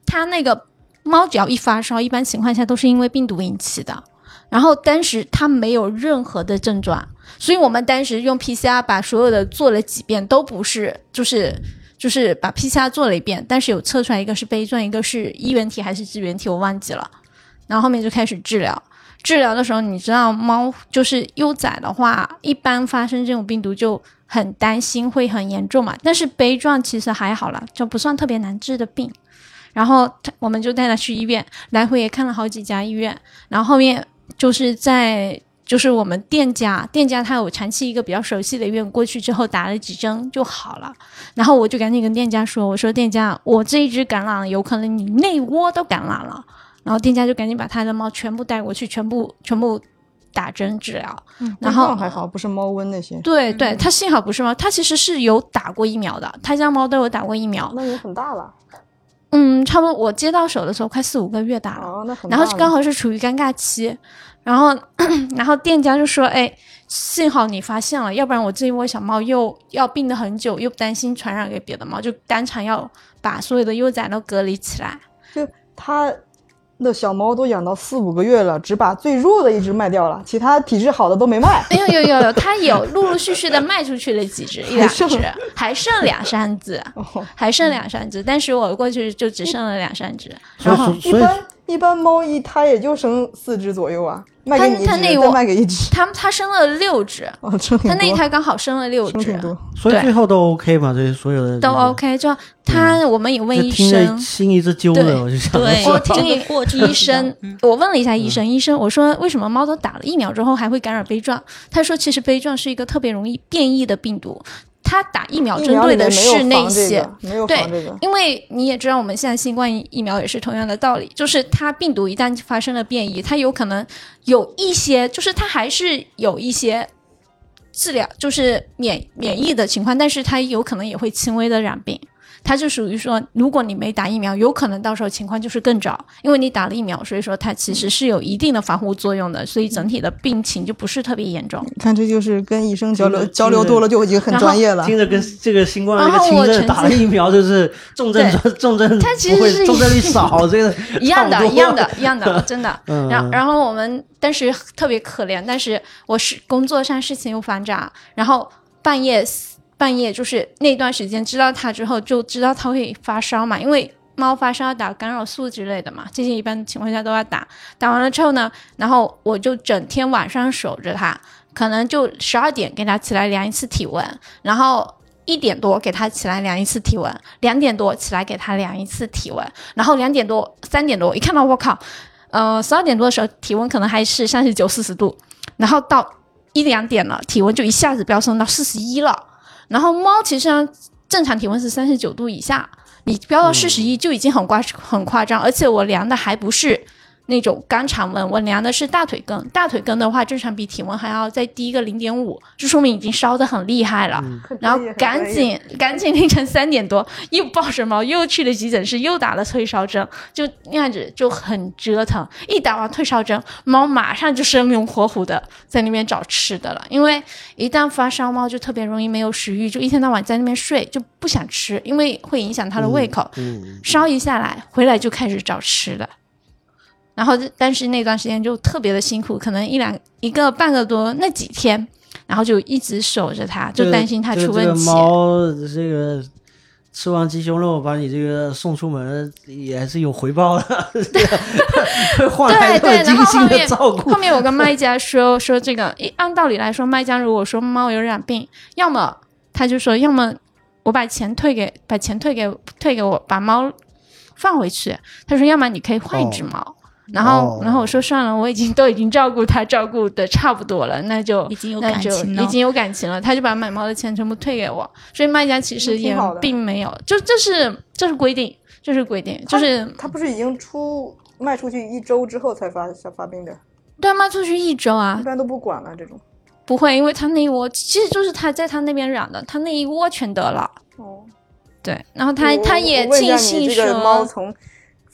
Speaker 6: 他那个猫只要一发烧，一般情况下都是因为病毒引起的。然后当时他没有任何的症状，所以我们当时用 PCR 把所有的做了几遍都不是，就是就是把 PCR 做了一遍，但是有测出来一个是杯状，一个是衣原体还是支原体，我忘记了。然后后面就开始治疗，治疗的时候你知道猫就是幼崽的话，一般发生这种病毒就很担心会很严重嘛。但是杯状其实还好啦，就不算特别难治的病。然后它我们就带它去医院，来回也看了好几家医院，然后后面就是在就是我们店家，店家他有长期一个比较熟悉的医院，过去之后打了几针就好了。然后我就赶紧跟店家说，我说店家，我这一只感染了，有可能你内窝都感染了。然后店家就赶紧把他的猫全部带过去，全部全部打针治疗。然后
Speaker 4: 还好，嗯不是猫瘟那些。
Speaker 6: 对对，它幸好不是猫，它其实是有打过疫苗的，他家猫都有打过疫苗。
Speaker 7: 那也很大了。
Speaker 6: 嗯，差不多我接到手的时候快四五个月打了。
Speaker 7: 哦，那很大
Speaker 6: 然
Speaker 7: 了。
Speaker 6: 后刚好是处于尴尬期，然后 然后店家就说：“哎，幸好你发现了，要不然我这一窝小猫又要病得很久，又担心传染给别的猫，就当场要把所有的幼崽都隔离起来。
Speaker 4: 它的小猫都养到四五个月了，只把最弱的一只卖掉了，其他体质好的都没 卖。
Speaker 6: 哎呦呦呦呦，它有陆陆续续的卖出去了几只，一两只，还剩两三只，
Speaker 4: 哦，
Speaker 6: 还剩两三 只，但是我过去就只剩了两三只。
Speaker 1: 所以所以
Speaker 4: 哦一
Speaker 1: 所以
Speaker 4: 般一般猫一它也就生四只左右啊，卖给你一
Speaker 6: 它它那
Speaker 4: 只，
Speaker 6: 窝
Speaker 4: 再卖给一只，
Speaker 6: 它它生了六只，
Speaker 4: 哦，生挺
Speaker 6: 它
Speaker 4: 多，
Speaker 6: 那一胎刚好生了六
Speaker 4: 生
Speaker 6: 只
Speaker 4: 挺，多。嗯
Speaker 1: 所以
Speaker 6: 对
Speaker 1: 最后都 OK 嘛？这些所有的
Speaker 6: 都
Speaker 1: 人
Speaker 6: OK。就它，我们也问
Speaker 1: 这
Speaker 6: 医
Speaker 1: 听着
Speaker 6: 生，
Speaker 1: 心一直揪
Speaker 6: 对
Speaker 1: 的，我就想
Speaker 2: 对
Speaker 1: 说
Speaker 6: 我
Speaker 2: 这
Speaker 6: 听
Speaker 2: 个过程
Speaker 6: 医生
Speaker 2: 嗯，
Speaker 6: 我问了一下医生，医生我说为什么猫都打了疫苗之后还会感染杯状？他说其实杯状是一个特别容易变异的病毒，它打疫苗
Speaker 4: 疫
Speaker 6: 针
Speaker 4: 苗
Speaker 6: 对
Speaker 4: 里面
Speaker 6: 的
Speaker 4: 没有
Speaker 6: 是那
Speaker 4: 防这
Speaker 6: 些。
Speaker 4: 个，没有
Speaker 6: 对
Speaker 4: 防这个。
Speaker 6: 因为你也知道，我们现在新冠疫苗也是同样的道理，就是它病毒一旦发生了变异，它有可能有一些，就是它还是有一些治疗，就是免免疫的情况，但是它有可能也会轻微的染病。它就属于说，如果你没打疫苗，有可能到时候情况就是更糟，因为你打了疫苗，所以说它其实是有一定的防护作用的，所以整体的病情就不是特别严重。
Speaker 4: 你看，这就是跟医生交流
Speaker 1: 听着
Speaker 4: 交流多了就已经很
Speaker 6: 然后
Speaker 4: 专业了。
Speaker 1: 听着跟这个新冠那
Speaker 6: 然
Speaker 1: 个
Speaker 6: 后
Speaker 1: 轻
Speaker 6: 我
Speaker 1: 症
Speaker 6: 曾
Speaker 1: 打了疫苗，就是重症重症
Speaker 6: 它其实
Speaker 1: 不会
Speaker 6: 是
Speaker 1: 重症率少，这个
Speaker 6: 一样
Speaker 1: 嗯差
Speaker 6: 的，
Speaker 1: 不多
Speaker 6: 一样的，一样的，真的。
Speaker 1: 嗯
Speaker 6: 然后然后我们当时特别可怜，但是我是工作上事情又繁杂，然后半夜半夜就是那段时间知道它之后，就知道它会发烧嘛，因为猫发烧要打干扰素之类的嘛，这些一般情况下都要打。打完了之后呢，然后我就整天晚上守着它，可能就十二点给它起来量一次体温，然后。一点多给它起来量一次体温，两点多起来给它量一次体温，然后两点多、三点多，一看到我靠，呃，十二点多的时候体温可能还是三十九、四十度，然后到一两点了，体温就一下子飙升到四十一了。然后猫其实上正常体温是三十九度以下，你飙到四十一就已经很夸很夸张，而且我量的还不是那种肛肠温，我量的是大腿根，大腿根的话正常比体温还要再低个零点五，就说明已经烧得很厉害哎了。然后赶紧赶紧凌晨三点多又抱着猫又去了急诊室，又打了退烧针，就那样子就很折腾。一打完退烧针，猫马上就生龙活虎的在那边找吃的了，因为一旦发烧，猫就特别容易没有食欲，就一天到晚在那边睡，就不想吃，因为会影响它的胃口。
Speaker 1: 嗯，
Speaker 6: 烧一下来，回来就开始找吃的。然后这，但是那段时间就特别的辛苦，可能一两一个半个多那几天，然后就一直守着它，就担心它
Speaker 1: 这
Speaker 6: 出
Speaker 1: 个
Speaker 6: 问
Speaker 1: 这个
Speaker 6: 题。
Speaker 1: 猫这个吃完鸡胸肉把你这个送出门也是有回报 的，这个会换来
Speaker 6: 对
Speaker 1: 特别
Speaker 6: 对，然
Speaker 1: 精
Speaker 6: 后
Speaker 1: 心
Speaker 6: 后
Speaker 1: 的
Speaker 6: 面
Speaker 1: 照顾
Speaker 6: 后。面我跟卖家说说这个，一按道理来说，卖家如果说猫有染病，要么他就说，要么我把钱退给把钱退给退给我，把猫放回去。他说，要么你可以换一只猫。然
Speaker 1: 哦，
Speaker 6: 后然后我说算了，我已经都已经照顾它，照顾的差不多了，那就
Speaker 2: 已经有
Speaker 6: 那
Speaker 2: 感
Speaker 6: 就
Speaker 2: 情了
Speaker 6: 已经有感情了。他就把买猫的钱全部退给我，所以卖家其实
Speaker 4: 嗯挺
Speaker 6: 也
Speaker 4: 好的
Speaker 6: 并没有，就这是这是规定，这是规定，就是
Speaker 4: 它不是已经出卖出去一周之后才发发病的，
Speaker 6: 对卖出去一周啊
Speaker 4: 一，般都不管了这种。
Speaker 6: 不会，因为他那一窝其实就是他在他那边染的，他那一窝全得了。
Speaker 4: 哦，
Speaker 6: 对，然后他
Speaker 4: 我
Speaker 6: 他
Speaker 4: 我
Speaker 6: 也
Speaker 4: 我问一下
Speaker 6: 庆
Speaker 4: 你
Speaker 6: 幸
Speaker 4: 这个猫
Speaker 6: 说，
Speaker 4: 从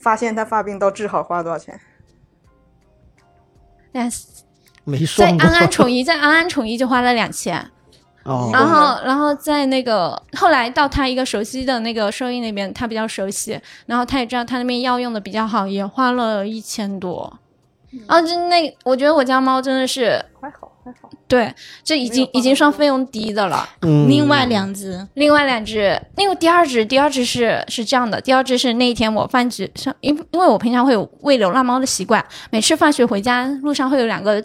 Speaker 4: 发现它发病到治好花了多少钱？
Speaker 6: 哎
Speaker 1: 没
Speaker 6: 在
Speaker 1: 算过
Speaker 6: 安安宠医，在安安宠医就花了两千，
Speaker 1: 哦，
Speaker 6: 然后然后在那个后来到他一个熟悉的那个兽医那边，他比较熟悉，然后他也知道他那边药用的比较好，也花了一千多。
Speaker 4: 嗯
Speaker 6: 然后就那，我觉得我家猫真的是，
Speaker 4: 还好还好，
Speaker 6: 对，这已经
Speaker 4: 没有花
Speaker 6: 已经算
Speaker 4: 很多
Speaker 6: 费用低的了。
Speaker 1: 嗯
Speaker 2: 另外两只
Speaker 6: 另外两只，那个第二只，第二只是是这样的，第二只是那一天我饭局上，因因为我平常会有喂流浪猫的习惯，每次放学回家路上会有两个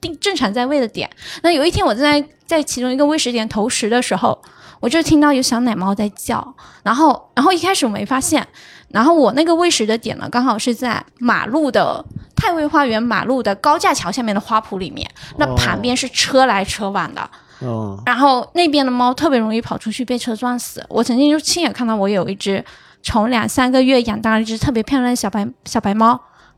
Speaker 6: 定正常在喂的点。那有一天我正在在其中一个喂食点投食的时候，我我就听到有小奶猫在叫，然后然后一开始我没发现，然后我那个喂食的点呢，刚好是在马路的太尉花园马路的高架桥下面的花圃里面，那
Speaker 1: 哦
Speaker 6: 旁边是车来车往的，
Speaker 1: 哦，
Speaker 6: 然后那边的猫特别容易跑出去被车撞死。我曾经就亲眼看到我有一只从两三个月养大了一只特别漂亮的小白小白猫，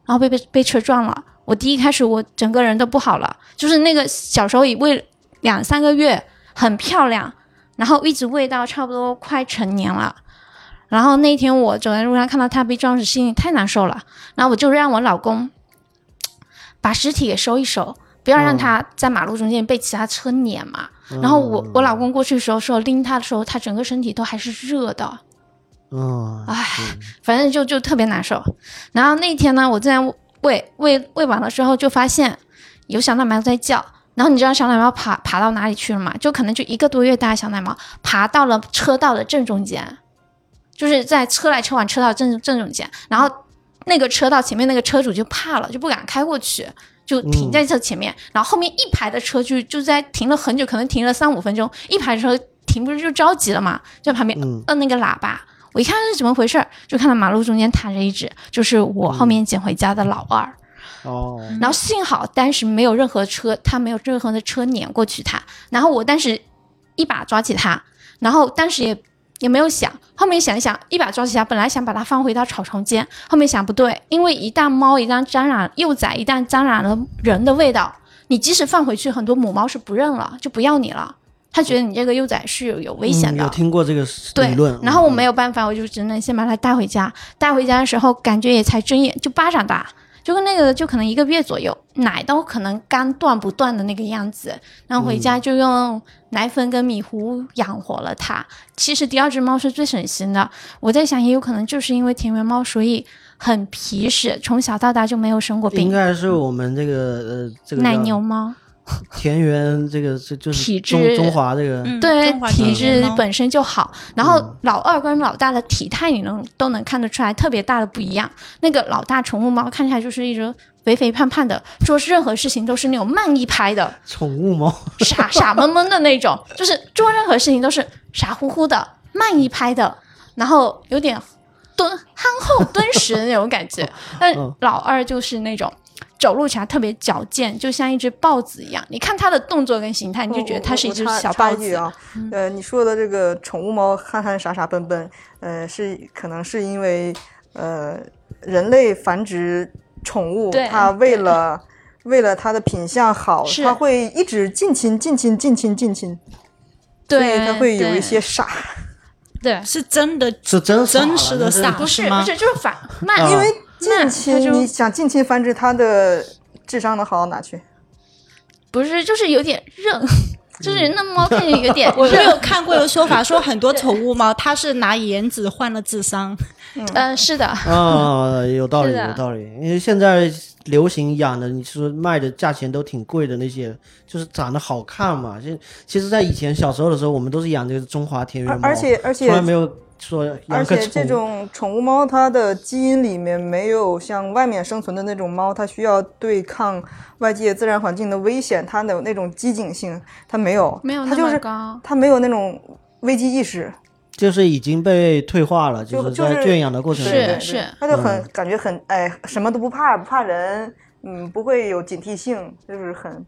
Speaker 6: 然后被被被车撞了。我第一开始我整个人都不好了，就是那个小时候以为两三个月很漂亮，然后一直喂到差不多快成年了。然后那天我走在路上看到它被撞死，心里太难受了。然后我就让我老公把尸体给收一收，不要让它在马路中间被其他车碾嘛。 然后
Speaker 1: 嗯
Speaker 6: 我我老公过去的时候说拎他的时候，他整个身体都还是热的，
Speaker 1: 嗯，
Speaker 6: 唉，反正就就特别难受。然后那天呢，我正在喂喂喂完了之后，就发现有小奶猫在叫。然后你知道小奶猫爬爬到哪里去了吗？就可能就一个多月大的小奶猫爬到了车道的正中间，就是在车来车往车道正正中间。然后那个车道前面那个车主就怕了，就不敢开过去，就停在这前面。然后后面一排的车就就在停了很久，可能停了三五分钟，一排车停不是就着急了嘛，就在旁边
Speaker 1: 嗯
Speaker 6: 摁那个喇叭。我一看是怎么回事儿，就看到马路中间躺着一只，就是我后面捡回家的老二。
Speaker 1: 哦，
Speaker 6: 然后幸好当时没有任何车，他没有任何的车碾过去他。然后我当时一把抓起他，然后当时也也没有想，后面想一想，一把抓起他，本来想把它放回到草丛间，后面想不对，因为一旦猫一旦沾染幼崽，一旦沾染了人的味道，你即使放回去，很多母猫是不认了，就不要你了。它觉得你这个幼崽是有有危险
Speaker 1: 嗯
Speaker 6: 的，
Speaker 1: 有听过这个
Speaker 6: 对
Speaker 1: 理论，，
Speaker 6: 然后我
Speaker 1: 嗯
Speaker 6: 没有办法，我就只能先把它带回家。带回家的时候，感觉也才睁眼就巴掌大，就跟那个就可能一个月左右，奶都可能刚断不断的那个样子。然后回
Speaker 1: 嗯
Speaker 6: 家就用奶粉跟米糊养活了它。其实第二只猫是最省心的，我在想，也有可能就是因为田园猫，所以很皮实，从小到大就没有生过
Speaker 1: 嗯应
Speaker 6: 病。
Speaker 1: 该是我们这个呃这个
Speaker 6: 奶
Speaker 1: 叫
Speaker 6: 牛猫，
Speaker 1: 田园这个这就是
Speaker 6: 体
Speaker 1: 中
Speaker 6: 质
Speaker 1: 中华这个
Speaker 8: 嗯
Speaker 6: 对
Speaker 8: 中华
Speaker 6: 体
Speaker 8: 田园
Speaker 6: 质
Speaker 8: 猫
Speaker 6: 本身就好，然
Speaker 1: 嗯
Speaker 6: 后老二跟老大的体态你能都能看得出来特别大的不一样。那个老大宠物猫看起来就是一只肥肥胖胖的，做任何事情都是那种慢一拍的，
Speaker 1: 宠物猫，
Speaker 6: 傻傻闷闷的那种，就是做任何事情都是傻乎乎的、慢一拍的，然后有点蹲憨厚敦实的那种感觉。但
Speaker 1: 嗯
Speaker 6: 老二就是那种走路起来特别矫健，就像一只豹子一样。你看它的动作跟形态，你就觉得它是一只
Speaker 4: 我我我插
Speaker 6: 小豹
Speaker 4: 插一句
Speaker 6: 子。嗯
Speaker 4: 啊。呃，你说的这个宠物猫憨憨傻傻笨笨，呃，是可能是因为呃人类繁殖宠物
Speaker 6: 对，
Speaker 4: 它为
Speaker 6: 对
Speaker 4: 了为了它的品相好，
Speaker 6: 是
Speaker 4: 它会一直近亲近亲近亲近亲，所以
Speaker 6: 对，
Speaker 4: 它会有
Speaker 6: 对
Speaker 4: 一些傻，
Speaker 6: 对，
Speaker 2: 是真的
Speaker 1: 是真傻
Speaker 2: 真实的
Speaker 1: 了
Speaker 2: 傻，
Speaker 1: 那
Speaker 6: 不
Speaker 1: 是
Speaker 6: 啊是
Speaker 2: 吗
Speaker 6: 不是，就是反
Speaker 1: 啊
Speaker 6: 慢，
Speaker 4: 因为
Speaker 6: 那它
Speaker 4: 近亲
Speaker 6: 就
Speaker 4: 你想近亲繁殖它的智商能好到哪去？
Speaker 6: 不是，就是有点 热，就是那
Speaker 4: 嗯
Speaker 6: 猫看着有点
Speaker 2: 我我
Speaker 6: 热
Speaker 2: 有看过有说法，说很多宠物猫它是拿颜值换了智商，
Speaker 6: 嗯，是的，
Speaker 1: 啊，有道理，
Speaker 6: 是的
Speaker 1: 有道理。因为现在流行养的，你说卖的价钱都挺贵的，那些就是长得好看嘛。其实其实，在以前小时候的时候，我们都是养这个中华田园
Speaker 4: 而
Speaker 1: 猫，
Speaker 4: 而且而且
Speaker 1: 从来没有说
Speaker 4: 而
Speaker 1: 养个
Speaker 4: 且
Speaker 1: 宠
Speaker 4: 这
Speaker 1: 物。
Speaker 4: 种宠物猫，它的基因里面没有像外面生存的那种猫，它需要对抗外界自然环境的危险，它有那种机警性，它没有，
Speaker 6: 没有
Speaker 4: 它
Speaker 6: 那
Speaker 4: 就
Speaker 6: 么
Speaker 4: 是
Speaker 6: 高。
Speaker 4: 它没有那种危机意识，
Speaker 1: 就是已经被退化了，
Speaker 4: 就
Speaker 1: 就是嗯
Speaker 4: 就是
Speaker 1: 在圈养的过程
Speaker 6: 是
Speaker 1: 中，
Speaker 4: 对
Speaker 6: 是
Speaker 4: 对它就很感觉很哎，什么都不怕，不怕人，嗯，不会有警惕性，就是很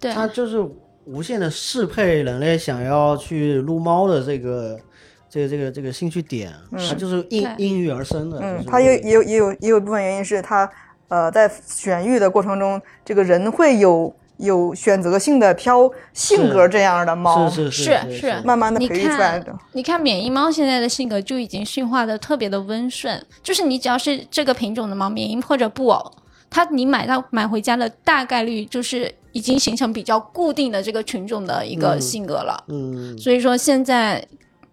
Speaker 6: 对，
Speaker 1: 它就是无限的适配人类想要去撸猫的这个这个这个这个兴趣点，它就是应
Speaker 6: 对
Speaker 1: 应运而生的。就
Speaker 4: 嗯，
Speaker 1: 是
Speaker 4: 它也也有也有也有一部分原因是它，呃，在选育的过程中，这个人会有有选择性的挑性格这样的猫，
Speaker 1: 是是是
Speaker 6: 是是
Speaker 4: 慢慢的
Speaker 6: 嗯你
Speaker 4: 培育出
Speaker 6: 看
Speaker 4: 来的。
Speaker 6: 你看缅因猫现在的性格就已经驯化的特别的温顺，就是你只要是这个品种的猫，缅因或者布偶，它你买到买回家的大概率就是已经形成比较固定的这个群种的一个
Speaker 1: 嗯
Speaker 6: 性格了。
Speaker 1: 嗯，
Speaker 6: 所以说现在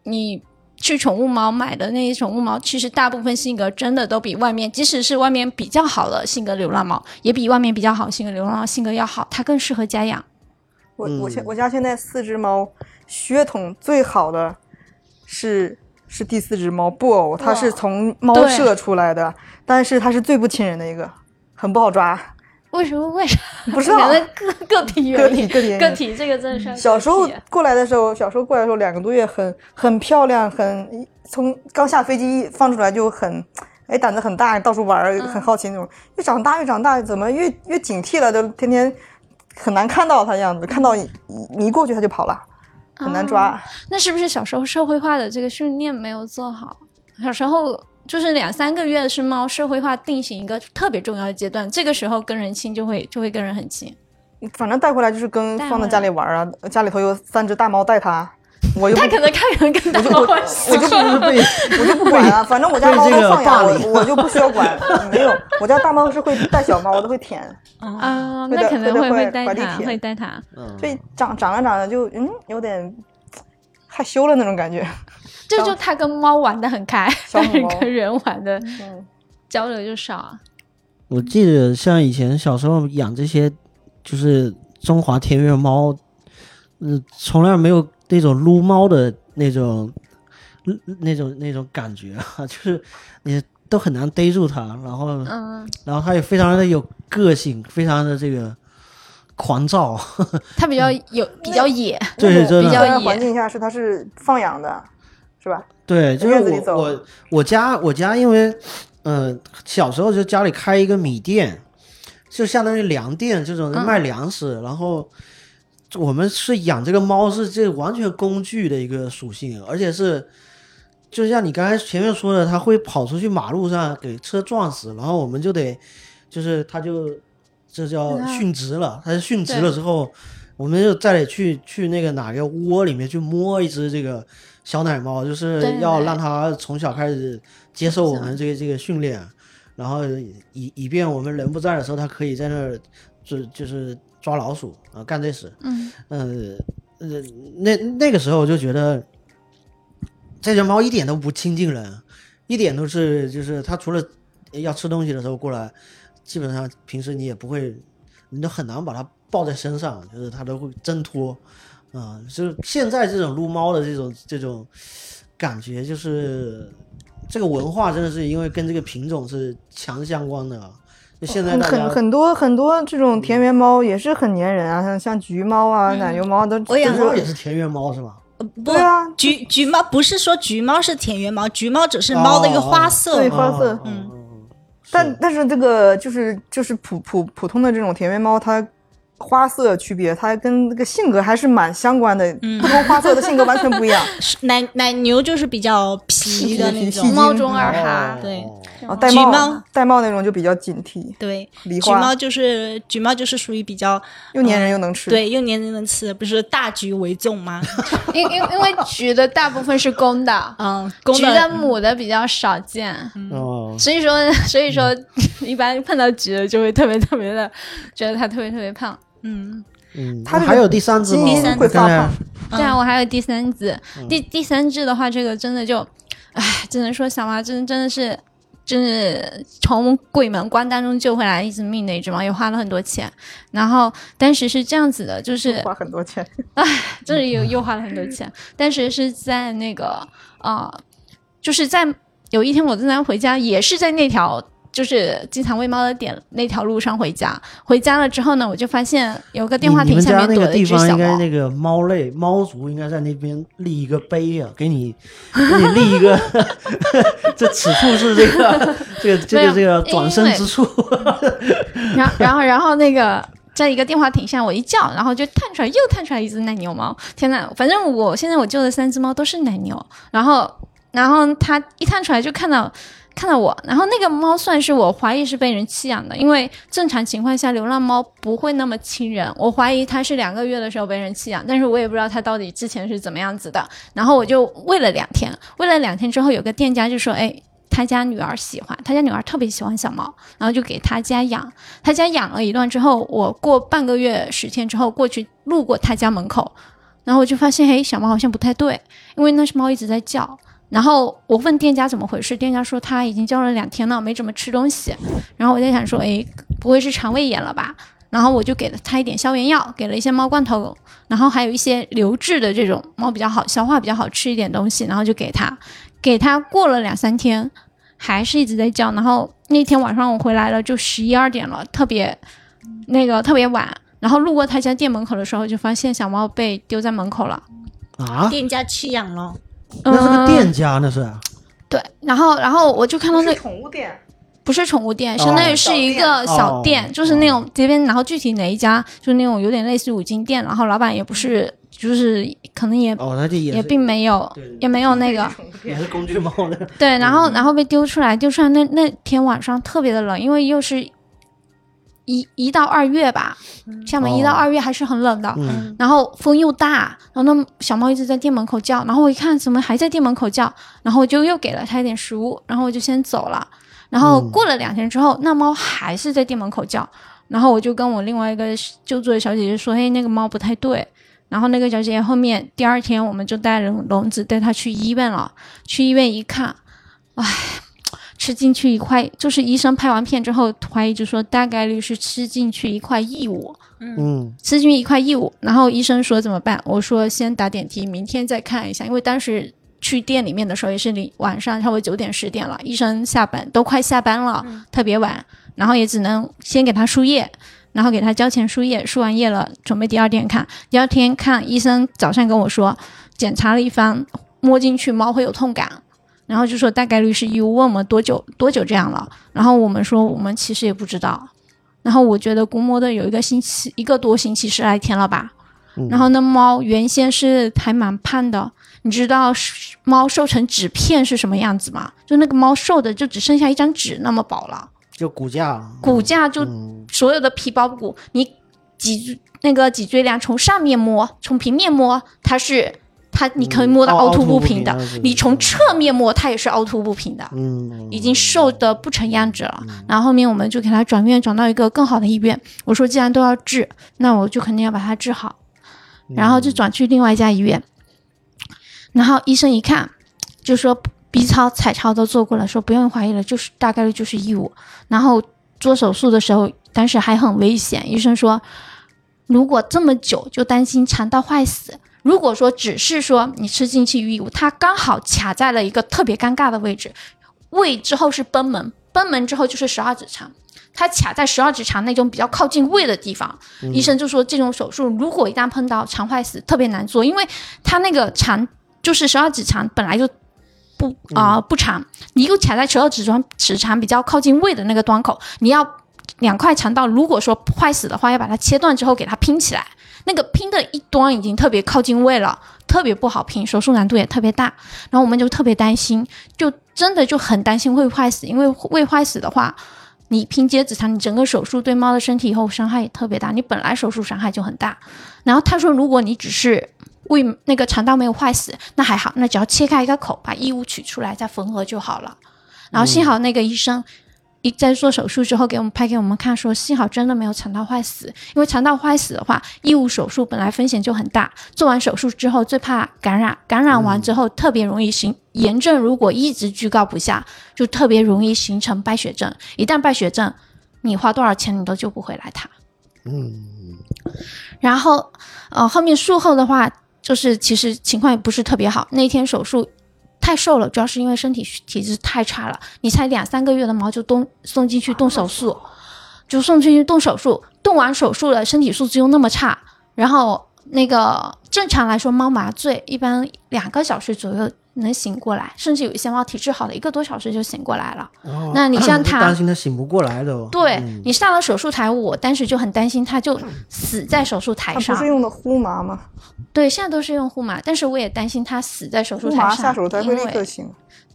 Speaker 6: 你去宠物猫买的那些宠物猫，其实大部分性格真的都比外面，即使是外面比较好的性格流浪猫，也比外面比较好性格流浪猫性格要好，它更适合家养。
Speaker 4: 我我现
Speaker 1: 嗯
Speaker 4: 我家现在四只猫，血统最好的是是第四只猫布偶，它是从猫
Speaker 6: 对
Speaker 4: 舍出来的，但是它是最不亲人的一个，很不好抓，
Speaker 6: 为什么为啥？
Speaker 4: 不知
Speaker 6: 我
Speaker 4: 道
Speaker 6: 觉得个个体
Speaker 4: 个
Speaker 6: 原
Speaker 4: 体
Speaker 6: 因，
Speaker 4: 个体
Speaker 6: 个体这个真的是要
Speaker 4: 小时候
Speaker 6: 个体
Speaker 4: 过来的时候，小时候过来的时候两个多月很很漂亮，很从刚下飞机放出来就很，哎胆子很大，到处玩
Speaker 6: 嗯
Speaker 4: 儿，很好奇那种。越长大越长大，怎么越越警惕了，就天天很难看到它的样子，看到你你一过去它就跑了，很难抓。
Speaker 6: 啊那是不是小时候社会化的这个训练没有做好？小时候就是两三个月是猫社会化定型一个特别重要的阶段，这个时候跟人亲就会就会跟人很亲。
Speaker 4: 反正带回来就是跟
Speaker 6: 带回
Speaker 4: 放在家里玩儿啊，家里头有三只大猫带它，我又不
Speaker 6: 他可能看人跟大
Speaker 4: 我就
Speaker 6: 猫
Speaker 4: 我
Speaker 6: 关系
Speaker 4: 我就不被我就不管啊，反正我家猫都放养，
Speaker 1: 被这
Speaker 4: 我我就不需要管。没有，我家大猫是会带小猫的，会舔。
Speaker 6: 啊，
Speaker 4: 会
Speaker 6: 那
Speaker 4: 带
Speaker 6: 可能
Speaker 4: 会
Speaker 6: 会
Speaker 4: 带
Speaker 6: 会带
Speaker 4: 拐地
Speaker 6: 他，
Speaker 4: 铁
Speaker 6: 会带他。
Speaker 1: 嗯
Speaker 4: 所以长长着长着就嗯有点害羞了那种感觉。
Speaker 6: 这就他跟猫玩的很开，
Speaker 4: 小
Speaker 6: 但
Speaker 4: 母
Speaker 6: 是
Speaker 4: 猫
Speaker 6: 跟人玩的
Speaker 4: 嗯，
Speaker 6: 交流就少啊。
Speaker 1: 我记得像以前小时候养这些，就是中华田园猫，嗯，从来没有那种撸猫的那种，嗯那种那种感觉啊， 就是你都很难逮住它，然后，
Speaker 6: 嗯，
Speaker 1: 然后它也非常的有个性，非常的这个狂躁，
Speaker 6: 他比较有比较野，
Speaker 1: 对
Speaker 4: 那种
Speaker 1: 真的
Speaker 6: 比较野
Speaker 4: 环境下是它是放养的，是吧？
Speaker 1: 对，就是
Speaker 4: 院子里
Speaker 1: 我
Speaker 4: 走
Speaker 1: 我我家我家因为，呃，小时候就家里开一个米店，就相当于粮店这
Speaker 4: 嗯
Speaker 1: 种卖粮食，然后我们是养这个猫是这完全工具的一个属性，而且是。就像你刚才前面说的，它会跑出去马路上给车撞死，然后我们就得，就是它就这叫
Speaker 4: 啊
Speaker 1: 殉职了。它殉职了之后，我们就再得去去那个哪个窝里面去摸一只这个小奶猫，就是
Speaker 6: 对
Speaker 1: 要让它从小开始接受我们这个这个训练，然后以以便我们人不在的时候，它可以在那儿就就是抓老鼠啊、干这事。
Speaker 6: 嗯，
Speaker 1: 呃呃，那那个时候我就觉得这只猫一点都不亲近人，一点都是就是它除了要吃东西的时候过来，基本上平时你也不会，你都很难把它抱在身上，就是它都会挣脱，啊、就是现在这种撸猫的这种这种感觉，就是这个文化真的是因为跟这个品种是强相关的。就现在
Speaker 4: 很
Speaker 1: 大家
Speaker 4: 很很多很多这种田园猫也是很粘人啊，像像橘猫啊、奶油猫都。
Speaker 5: 嗯我养
Speaker 1: 橘猫也是田园猫是吧？
Speaker 5: 不
Speaker 4: 对啊，
Speaker 5: 橘橘猫不是说橘猫是田园猫，橘猫只是
Speaker 1: 哦
Speaker 5: 猫的一个花色
Speaker 4: 对
Speaker 5: 嘛。
Speaker 4: 花色
Speaker 5: 嗯
Speaker 1: 嗯，
Speaker 4: 但但是这个就是就是普普普通的这种田园猫，它花色区别，它跟这个性格还是蛮相关的，
Speaker 5: 嗯
Speaker 4: 不同花色的性格完全 不一样。
Speaker 5: 是奶奶牛就是比较皮的那
Speaker 4: 细
Speaker 5: 种
Speaker 4: 细，
Speaker 6: 猫中
Speaker 1: 哦
Speaker 6: 二哈。
Speaker 5: 对
Speaker 4: 啊，戴
Speaker 5: 橘
Speaker 4: 帽
Speaker 5: 猫
Speaker 4: 戴帽那种就比较警惕，
Speaker 5: 对，
Speaker 4: 梨
Speaker 5: 橘
Speaker 4: 花
Speaker 5: 猫就是橘猫就是属于比较
Speaker 4: 又粘人又能吃。，
Speaker 5: 对，又粘人能吃，不是大橘为重 吗？，
Speaker 6: 因因因为橘的大部分是公的
Speaker 5: 嗯，公
Speaker 6: 橘的
Speaker 5: 的
Speaker 6: 母的比较少见。
Speaker 1: 哦，
Speaker 6: 所以说，所以说， 一般碰到橘的就会特别特别的，觉得它特别特别胖。
Speaker 5: 嗯，
Speaker 1: 嗯，
Speaker 4: 它
Speaker 1: 那
Speaker 4: 这
Speaker 1: 还
Speaker 4: 个
Speaker 1: 有第三只
Speaker 4: 基
Speaker 1: 猫，
Speaker 4: 因
Speaker 1: 刚
Speaker 4: 会发
Speaker 1: 才
Speaker 4: 胖
Speaker 6: 对
Speaker 1: 嗯
Speaker 6: 啊，我还有第三只，第第三只的话，这个真的就，唉，只能说小娃真真的是，真是从鬼门关当中救回来一只命的一只猫，也花了很多钱。然后当时是这样子的，就是
Speaker 4: 花很多钱。
Speaker 6: 这里又又花了很多钱。当时是在那个啊、呃就是在有一天我正在回家，也是在那条就是经常喂猫的点那条路上回家。回家了之后呢，我就发现有个电话
Speaker 1: 你你
Speaker 6: 亭
Speaker 1: 们
Speaker 6: 下
Speaker 1: 家
Speaker 6: 面
Speaker 1: 那
Speaker 6: 躲
Speaker 1: 个
Speaker 6: 了一
Speaker 1: 地
Speaker 6: 只
Speaker 1: 方
Speaker 6: 小
Speaker 1: 应该
Speaker 6: 猫。
Speaker 1: 那个猫类猫族应该在那边立一个碑啊，给 你给你立一个， 这此处是这个这个这
Speaker 6: 没
Speaker 1: 个
Speaker 6: 有
Speaker 1: 这个转身
Speaker 6: 因为
Speaker 1: 之处，
Speaker 6: 然后然后然后那个。在一个电话亭下，我一叫，然后就探出来，又探出来一只奶牛猫。天呐，反正我现在我救的三只猫都是奶牛。然后，然后它一探出来就看到看到我，然后那个猫算是我怀疑是被人弃养的，因为正常情况下流浪猫不会那么亲人，我怀疑它是两个月的时候被人弃养，但是我也不知道它到底之前是怎么样子的。然后我就喂了两天，喂了两天之后，有个店家就说：“哎，他家女儿喜欢，他家女儿特别喜欢小猫，然后就给他家养。他家养了一段之后，我过半个月十天之后过去路过他家门口，然后我就发现，哎，小猫好像不太对，因为那只猫一直在叫。然后我问店家怎么回事，店家说它已经叫了两天了，没怎么吃东西。然后我在想说，哎，不会是肠胃炎了吧？然后我就给了它一点消炎药，给了一些猫罐头，然后还有一些流质的这种猫比较好消化、比较好吃一点东西，然后就给它。给它过了两三天，还是一直在叫。然后那天晚上我回来了，就十一二点了，特别那个特别晚，然后路过他家店门口的时候，就发现小猫被丢在门口了。
Speaker 1: 啊，
Speaker 2: 店家弃养了，
Speaker 1: 那是个
Speaker 6: 嗯
Speaker 1: 店家，那是啊
Speaker 6: 对，然后然后我就看到
Speaker 4: 不
Speaker 6: 那
Speaker 4: 是宠物店，
Speaker 6: 不是宠物店，
Speaker 1: 哦
Speaker 6: 相当于是一个小店，
Speaker 1: 哦
Speaker 6: 就是那种这边，然后具体哪一家，就是那种有点类似于五金店，然后老板也不是，就是可能也、
Speaker 1: 哦，那就也
Speaker 6: 也
Speaker 1: 是
Speaker 6: 并没有
Speaker 1: 对对
Speaker 6: 也没有 那个
Speaker 4: 宠物
Speaker 1: 也
Speaker 4: 店
Speaker 1: 是工具猫的，
Speaker 6: 对，然后然后被丢出来，丢出来那那天晚上特别的冷，因为又是一一到二月吧，厦门一到
Speaker 1: 哦
Speaker 6: 二月还是很冷的，
Speaker 1: 嗯，
Speaker 6: 然后风又大，然后那小猫一直在店门口叫，然后我一看怎么还在店门口叫，然后我就又给了它一点食物，然后我就先走了。然后
Speaker 1: 嗯
Speaker 6: 过了两天之后，那猫还是在店门口叫，然后我就跟我另外一个救助的小姐姐说：“哎嘿，那个猫不太对。”然后那个小姐姐后面第二天我们就带笼笼子带它去医院了，去医院一看，唉。吃进去一块，就是医生拍完片之后怀疑，就说大概率是吃进去一块异物，
Speaker 1: 嗯，
Speaker 6: 吃进去一块异物，然后医生说怎么办？我说先打点滴，明天再看一下，因为当时去店里面的时候也是离晚上差不多九点十点了，医生下班都快下班了，特别晚，然后也只能先给他输液。然后给他交钱输液，输完液了，准备第二天看。第二天看医生早上跟我说，检查了一番，摸进去猫会有痛感，然后就说大概率是异物。问我们多久多久这样了，然后我们说我们其实也不知道，然后我觉得估摸的有一个星期一个多星期十来天了吧。
Speaker 1: 嗯
Speaker 6: 然后那猫原先是还蛮胖的，你知道是猫瘦成纸片是什么样子吗？就那个猫瘦的就只剩下一张纸那么薄了，
Speaker 1: 就骨架，
Speaker 6: 骨架就
Speaker 1: 嗯
Speaker 6: 所有的皮包骨，你脊那个脊椎梁从上面摸，从平面摸，它是它你可以摸到
Speaker 1: 嗯凹
Speaker 6: 凹凸不
Speaker 1: 凸不平
Speaker 6: 平的
Speaker 1: 的是，
Speaker 6: 你从侧面摸它也是凹凸不平的。
Speaker 1: 嗯，
Speaker 6: 已经瘦的不成样子了。然后后面我们就给他转院，转到一个更好的医院。我说既然都要治，那我就肯定要把它治好，然后就转去另外一家医院。然后医生一看，就说 B 超、彩超都做过了，说不用怀疑了，就是大概率就是异物。然后做手术的时候，当时还很危险，医生说如果这么久就担心肠道坏死。如果说只是说你吃进去异物，它刚好卡在了一个特别尴尬的位置，胃之后是贲门，贲门之后就是十二指肠，它卡在十二指肠那种比较靠近胃的地方。医生就说这种手术如果一旦碰到肠坏死，特别难做，因为它那个肠就是十二指肠本来就。不啊、不长，你又卡在十二指肠指肠比较靠近胃的那个端口，你要两块肠道，如果说坏死的话，要把它切断之后给它拼起来，那个拼的一端已经特别靠近胃了，特别不好拼，手术难度也特别大。然后我们就特别担心，就真的就很担心胃坏死，因为胃坏死的话，你拼接直肠，你整个手术对猫的身体以后伤害也特别大，你本来手术伤害就很大。然后他说，如果你只是胃那个肠道没有坏死，那还好，那只要切开一个口，把异物取出来再缝合就好了。然后幸好那个医生。一在做手术之后，给我们拍给我们看，说幸好真的没有肠道坏死，因为肠道坏死的话，义务手术本来风险就很大，做完手术之后最怕感染，感染完之后特别容易形炎症，如果一直居高不下，就特别容易形成败血症。一旦败血症，你花多少钱你都救不回来它。嗯，然后呃，后面术后的话，就是其实情况也不是特别好。那天手术太瘦了，主要是因为身体体质太差了。你才两三个月的毛就动送进去动手术，就送进去动手术，动完手术了，身体素质又那么差，然后那个正常来说，猫麻醉一般两个小时左右能醒过来，甚至有一些猫体质好的，一个多小时就醒过来了。
Speaker 1: 哦，
Speaker 6: 那你像
Speaker 1: 就
Speaker 6: 他
Speaker 1: 担心他醒不过来的，
Speaker 6: 对
Speaker 1: 嗯
Speaker 6: 你上了手术台，我当时就很担心，它就死在手术
Speaker 4: 它
Speaker 6: 台
Speaker 4: 不
Speaker 6: 上
Speaker 4: 是。用的呼麻吗？
Speaker 6: 对，现在都是用护麻，但是我也担心它死在手术
Speaker 4: 呼
Speaker 6: 台
Speaker 4: 麻
Speaker 6: 上，
Speaker 4: 下手才
Speaker 6: 因
Speaker 4: 会
Speaker 6: 为
Speaker 4: 立刻醒。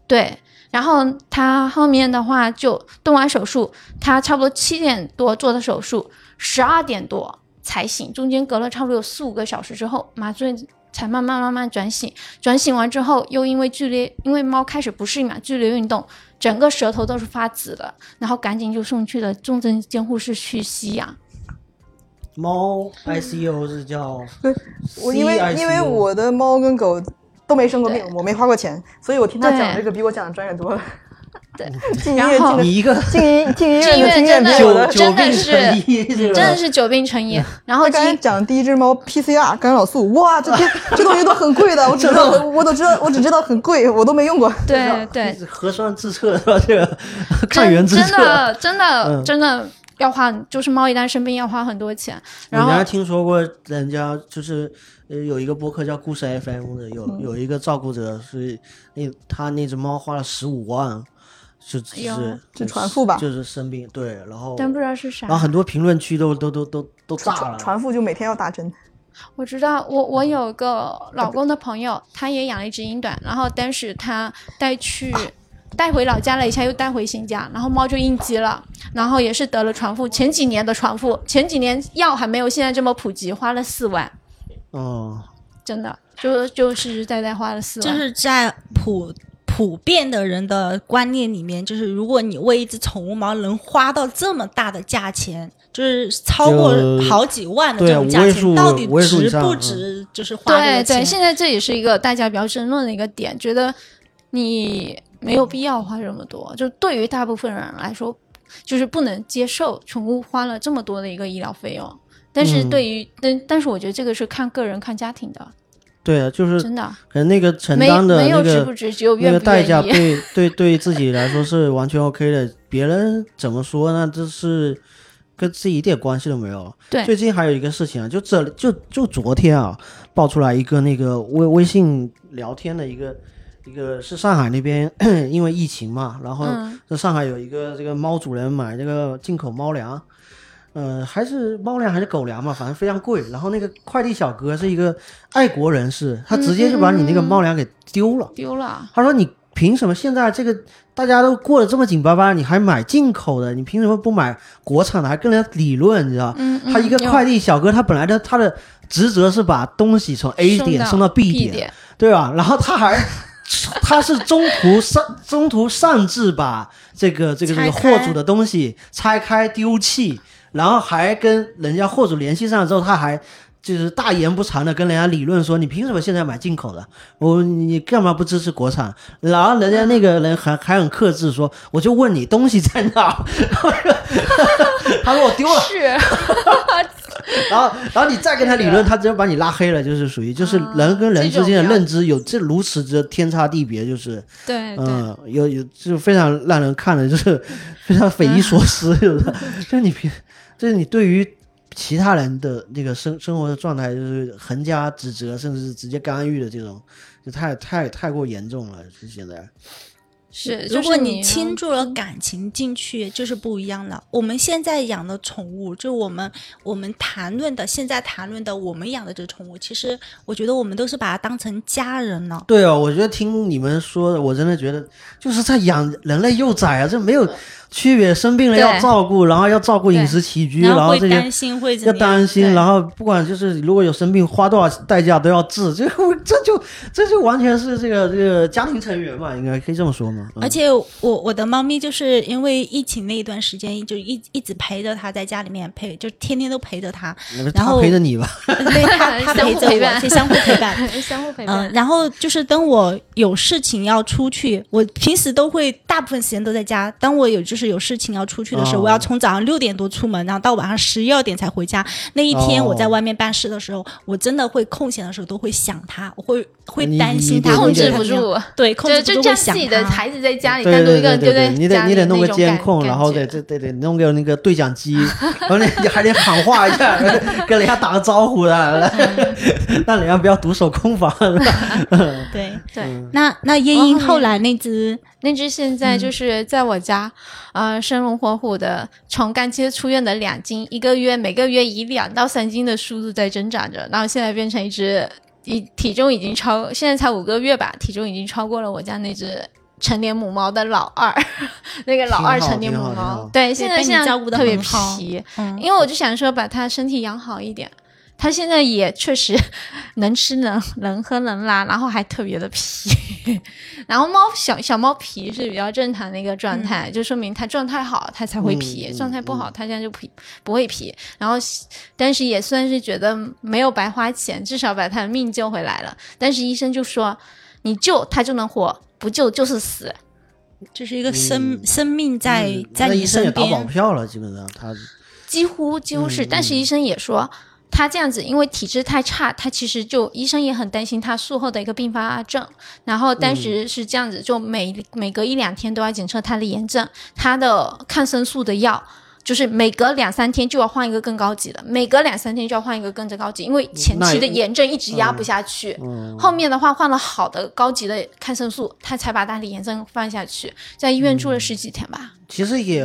Speaker 6: 对，然后他后面的话就动完手术，他差不多七点多做的手术，十二点多才醒，中间隔了差不多有四五个小时之后，麻醉才慢慢慢慢转醒。转醒完之后，又因为剧烈，因为猫开始不适应嘛，剧烈运动，整个舌头都是发紫的，然后赶紧就送去了重症监护室去吸氧。
Speaker 1: 猫 ICU 是叫
Speaker 4: 我因为
Speaker 1: CICU
Speaker 4: 因为我的猫跟狗都没生过病，我没花过钱，所以我听他讲
Speaker 6: 对
Speaker 4: 这个比我讲的专业多 了。
Speaker 6: 对，
Speaker 4: 进医
Speaker 6: 然
Speaker 4: 院
Speaker 6: 后
Speaker 4: 进的
Speaker 1: 你 一个
Speaker 4: 进医进医
Speaker 6: 进医
Speaker 4: 院的
Speaker 6: 院
Speaker 4: 经
Speaker 6: 真
Speaker 4: 验
Speaker 6: 的
Speaker 4: 比我
Speaker 6: 有
Speaker 1: 久
Speaker 4: 的。
Speaker 1: 久
Speaker 6: 真的
Speaker 1: 病
Speaker 6: 是
Speaker 1: 成医，这个
Speaker 6: 真的是久病成 医，然后
Speaker 4: 他刚才
Speaker 6: 经
Speaker 4: 讲第一只猫 PCR 干扰素，哇，这 这这东西都很贵的，我只知道我我都知道我只知道很贵，我都没用过。
Speaker 6: 对对，
Speaker 1: 核酸自测是吧？这个抗
Speaker 6: 真
Speaker 1: 原自嗯
Speaker 6: 真
Speaker 1: 测，
Speaker 6: 的真的、真的要花，就是猫一旦生病要花很多钱。然
Speaker 1: 人
Speaker 6: 后
Speaker 1: 家听说过，人家就是呃有一个播客叫故事 FM 的，
Speaker 6: 嗯
Speaker 1: 有有一个照顾者是那他那只猫花了十五万，就只
Speaker 6: 哎呦
Speaker 1: 是
Speaker 4: 就传腹吧
Speaker 1: 就是生病对，然后
Speaker 6: 但不知道是啥
Speaker 1: 然后。很多评论区都都都都都炸
Speaker 4: 传
Speaker 1: 了，
Speaker 4: 传腹就每天要打针，
Speaker 6: 我知道，我
Speaker 1: 嗯
Speaker 6: 我有个老公的朋友，他也养了一只英短，然后但是他带去。带回老家了一下，又带回新家，然后猫就应激了，然后也是得了传腹。前几年的传腹，前几年药还没有现在这么普及，花了四万，
Speaker 1: 嗯，
Speaker 6: 真的就就实实在在花了四
Speaker 2: 就
Speaker 6: 万。
Speaker 2: 是在普普遍的人的观念里面，就是如果你为一只宠物猫能花到这么大的价钱，就是超过
Speaker 1: 就
Speaker 2: 好几万的
Speaker 1: 对
Speaker 2: 这种价
Speaker 1: 五位数
Speaker 2: 钱，到底
Speaker 1: 五位数以
Speaker 2: 值
Speaker 1: 上
Speaker 2: 不
Speaker 1: 嗯
Speaker 2: 值？就是花这
Speaker 6: 对
Speaker 2: 个
Speaker 6: 对，
Speaker 2: 钱
Speaker 6: 现。在这也是一个大家比较争论的一个点，觉得你没有必要花这么多。就对于大部分人来说，就是不能接受宠物花了这么多的一个医疗费用。但是
Speaker 1: 嗯
Speaker 6: 对于，但、但是我觉得这个是看个人、看家庭的，
Speaker 1: 对啊，就是
Speaker 6: 真的
Speaker 1: 可能那个承
Speaker 6: 没
Speaker 1: 担的
Speaker 6: 没有
Speaker 1: 那
Speaker 6: 值不
Speaker 1: 个
Speaker 6: 值，只有
Speaker 1: 那
Speaker 6: 愿
Speaker 1: 个
Speaker 6: 不
Speaker 1: 代
Speaker 6: 愿
Speaker 1: 价
Speaker 6: 意。
Speaker 1: 对对对自己来说是完全 OK 的，别人怎么说呢？这是跟自己一点关系都没有。
Speaker 6: 对
Speaker 1: 最近还有一个事情啊，就这就就昨天啊，爆出来一个那个微微信聊天的一个一个是上海那边 因为疫情嘛，然后
Speaker 6: 嗯
Speaker 1: 在上海有一个这个猫主人买这个进口猫粮。呃，还是猫粮还是狗粮嘛，反正非常贵。然后那个快递小哥是一个爱国人士，他直接就把你那个猫粮给丢了。
Speaker 6: 丢了，
Speaker 1: 他说：“你凭什么现在这个大家都过得这么紧巴巴，你还买进口的？你凭什么不买国产的？还跟人家理论，你知道？
Speaker 6: 嗯，嗯
Speaker 1: 他一个
Speaker 6: 有
Speaker 1: 快递小哥，他本来的他的职责是把东西从 A 点送到 B
Speaker 6: 点，
Speaker 1: 点，对吧？然后他还他是中途擅中途擅自把这个这个这个
Speaker 2: 拆开
Speaker 1: 货主的东西拆开丢弃，然后还跟人家货主联系上了之后，他还。就是大言不惭的跟人家理论说，你凭什么现在买进口的？我你干嘛不支持国产？然后人家那个人还还很克制说，我就问你东西在哪儿？ 他说我丢了，
Speaker 6: 是
Speaker 1: 然后，然后你再跟他理论，他直接把你拉黑了，就是属于就是人跟人之间的认知有这如此之天差地别，就是
Speaker 6: 哎对对。
Speaker 1: 嗯，有有就非常让人看了就是非常匪夷所思， 就是就是你平就是你对于其他人的那个生生活的状态，就是横加指责，甚至是直接干预的这种，就太太太过严重了，就现在。
Speaker 6: 是，就
Speaker 2: 如
Speaker 6: 是
Speaker 2: 果你
Speaker 6: 要嗯
Speaker 2: 倾注了感情进去，就是不一样的。我们现在养的宠物，就我们我们谈论的，现在谈论的我们养的这宠物，其实我觉得我们都是把它当成家人了。
Speaker 1: 对哦，我觉得听你们说的，我真的觉得就是在养人类幼崽啊，这没有区别。生病了
Speaker 6: 对
Speaker 1: 要照顾，然后要照顾饮食起居，然
Speaker 2: 后
Speaker 1: 后
Speaker 2: 会
Speaker 1: 这
Speaker 2: 担
Speaker 1: 些
Speaker 2: 心会怎
Speaker 1: 要
Speaker 2: 么样？
Speaker 1: 担心，
Speaker 6: 对
Speaker 1: 然后不管就是如果有生病，花多少代价都要治。这个我这就这就完全是这个这个家庭成员嘛，应该可以这么说嘛。嗯
Speaker 2: 而且我我的猫咪就是因为疫情那一段时间，就一一直陪着它在家里面陪，就天天都陪着 它， 然
Speaker 1: 他
Speaker 2: 后
Speaker 1: 陪着你吧，
Speaker 2: 对它它
Speaker 6: 相
Speaker 2: 陪
Speaker 6: 互
Speaker 2: 着
Speaker 6: 陪
Speaker 2: 我，
Speaker 6: 伴
Speaker 2: 就相互陪伴。
Speaker 6: 相互陪
Speaker 2: 嗯，
Speaker 6: 伴，
Speaker 2: 然后就是等我有事情要出去，我平时都会大部分时间都在家。当我有就是有事情要出去的时候，
Speaker 1: 哦
Speaker 2: 我要从早上六点多出门，然后到晚上十一二点才回家。那一天
Speaker 1: 哦
Speaker 2: 我在外面办事的时候，我真的会空闲的时候都会想他，我会会
Speaker 1: 你
Speaker 2: 担心
Speaker 1: 你
Speaker 2: 他，
Speaker 1: 得
Speaker 6: 控
Speaker 2: 会觉
Speaker 6: 制
Speaker 2: 得
Speaker 1: 你
Speaker 2: 他
Speaker 6: 不
Speaker 2: 怎么样
Speaker 6: 住，
Speaker 2: 对，控制
Speaker 6: 就
Speaker 2: 不
Speaker 6: 就
Speaker 2: 住
Speaker 6: 这
Speaker 2: 会
Speaker 6: 样
Speaker 2: 想
Speaker 6: 自己的
Speaker 2: 他
Speaker 6: 孩子在家里
Speaker 1: 对
Speaker 6: 单独
Speaker 1: 对
Speaker 6: 一个
Speaker 1: 对
Speaker 6: 人丢
Speaker 1: 对
Speaker 6: 在
Speaker 1: 对，你得
Speaker 6: 家
Speaker 1: 你
Speaker 6: 里
Speaker 1: 得
Speaker 6: 的
Speaker 1: 弄个
Speaker 6: 那种
Speaker 1: 监
Speaker 6: 感
Speaker 1: 控，然后得
Speaker 6: 感觉
Speaker 1: 这得得弄个那个对讲机， 然后你还得喊话一下， 跟人家打个招呼的，
Speaker 6: 嗯
Speaker 1: 让人家不要独守空房。
Speaker 2: 对。
Speaker 6: 对。
Speaker 2: 那那夜莺后来那只，
Speaker 6: 那只现在就是在我家，呃，生龙活虎的，从干切出院的两斤，一个月每个月以两到三斤的速度在增长着，然后现在变成一只，一体重已经超，现在才五个月吧，体重已经超过了我家那只成年母猫的老二， 那个老二
Speaker 1: 挺好
Speaker 6: 成年母
Speaker 1: 挺好挺好
Speaker 6: 猫，对，现
Speaker 2: 被
Speaker 6: 在
Speaker 2: 你
Speaker 6: 现在
Speaker 2: 照顾得
Speaker 6: 特别
Speaker 2: 很好
Speaker 6: 皮，
Speaker 2: 嗯，
Speaker 6: 因为我就想说把它身体养好一点。它现在也确实 能吃能能喝能拉，然后还特别的皮， 然后猫小小猫皮是比较正常的一个状态，就说明它状态好，它才会皮；
Speaker 1: 嗯嗯
Speaker 6: 状态不好，它现在就皮不会皮。然后，但是也算是觉得没有白花钱，至少把它的命救回来了。但是医生就说，你救它就能活，不救就是死。
Speaker 2: 就是一个生、
Speaker 1: 嗯
Speaker 2: 生命在、
Speaker 1: 嗯
Speaker 2: 在
Speaker 1: 那
Speaker 2: 你
Speaker 1: 医生也
Speaker 2: 身
Speaker 1: 打保
Speaker 2: 边，
Speaker 1: 票了，基本上他
Speaker 6: 几乎几乎是，
Speaker 1: 嗯
Speaker 6: 但是医生也说。他这样子，因为体质太差，他其实就医生也很担心他术后的一个并发症。然后当
Speaker 1: 嗯
Speaker 6: 时是这样子，就每每隔一两天都要检测他的炎症、他的抗生素的药、就是每隔两三天就要换一个更高级的，每隔两三天就要换一个更高级，因为前
Speaker 1: 那
Speaker 6: 期的
Speaker 1: 也
Speaker 6: 炎症一直压不下去，
Speaker 1: 嗯
Speaker 6: 后面的话换了好的高级的抗生素，他才把那里炎症放下去，在医院住了十几天吧。
Speaker 1: 其实也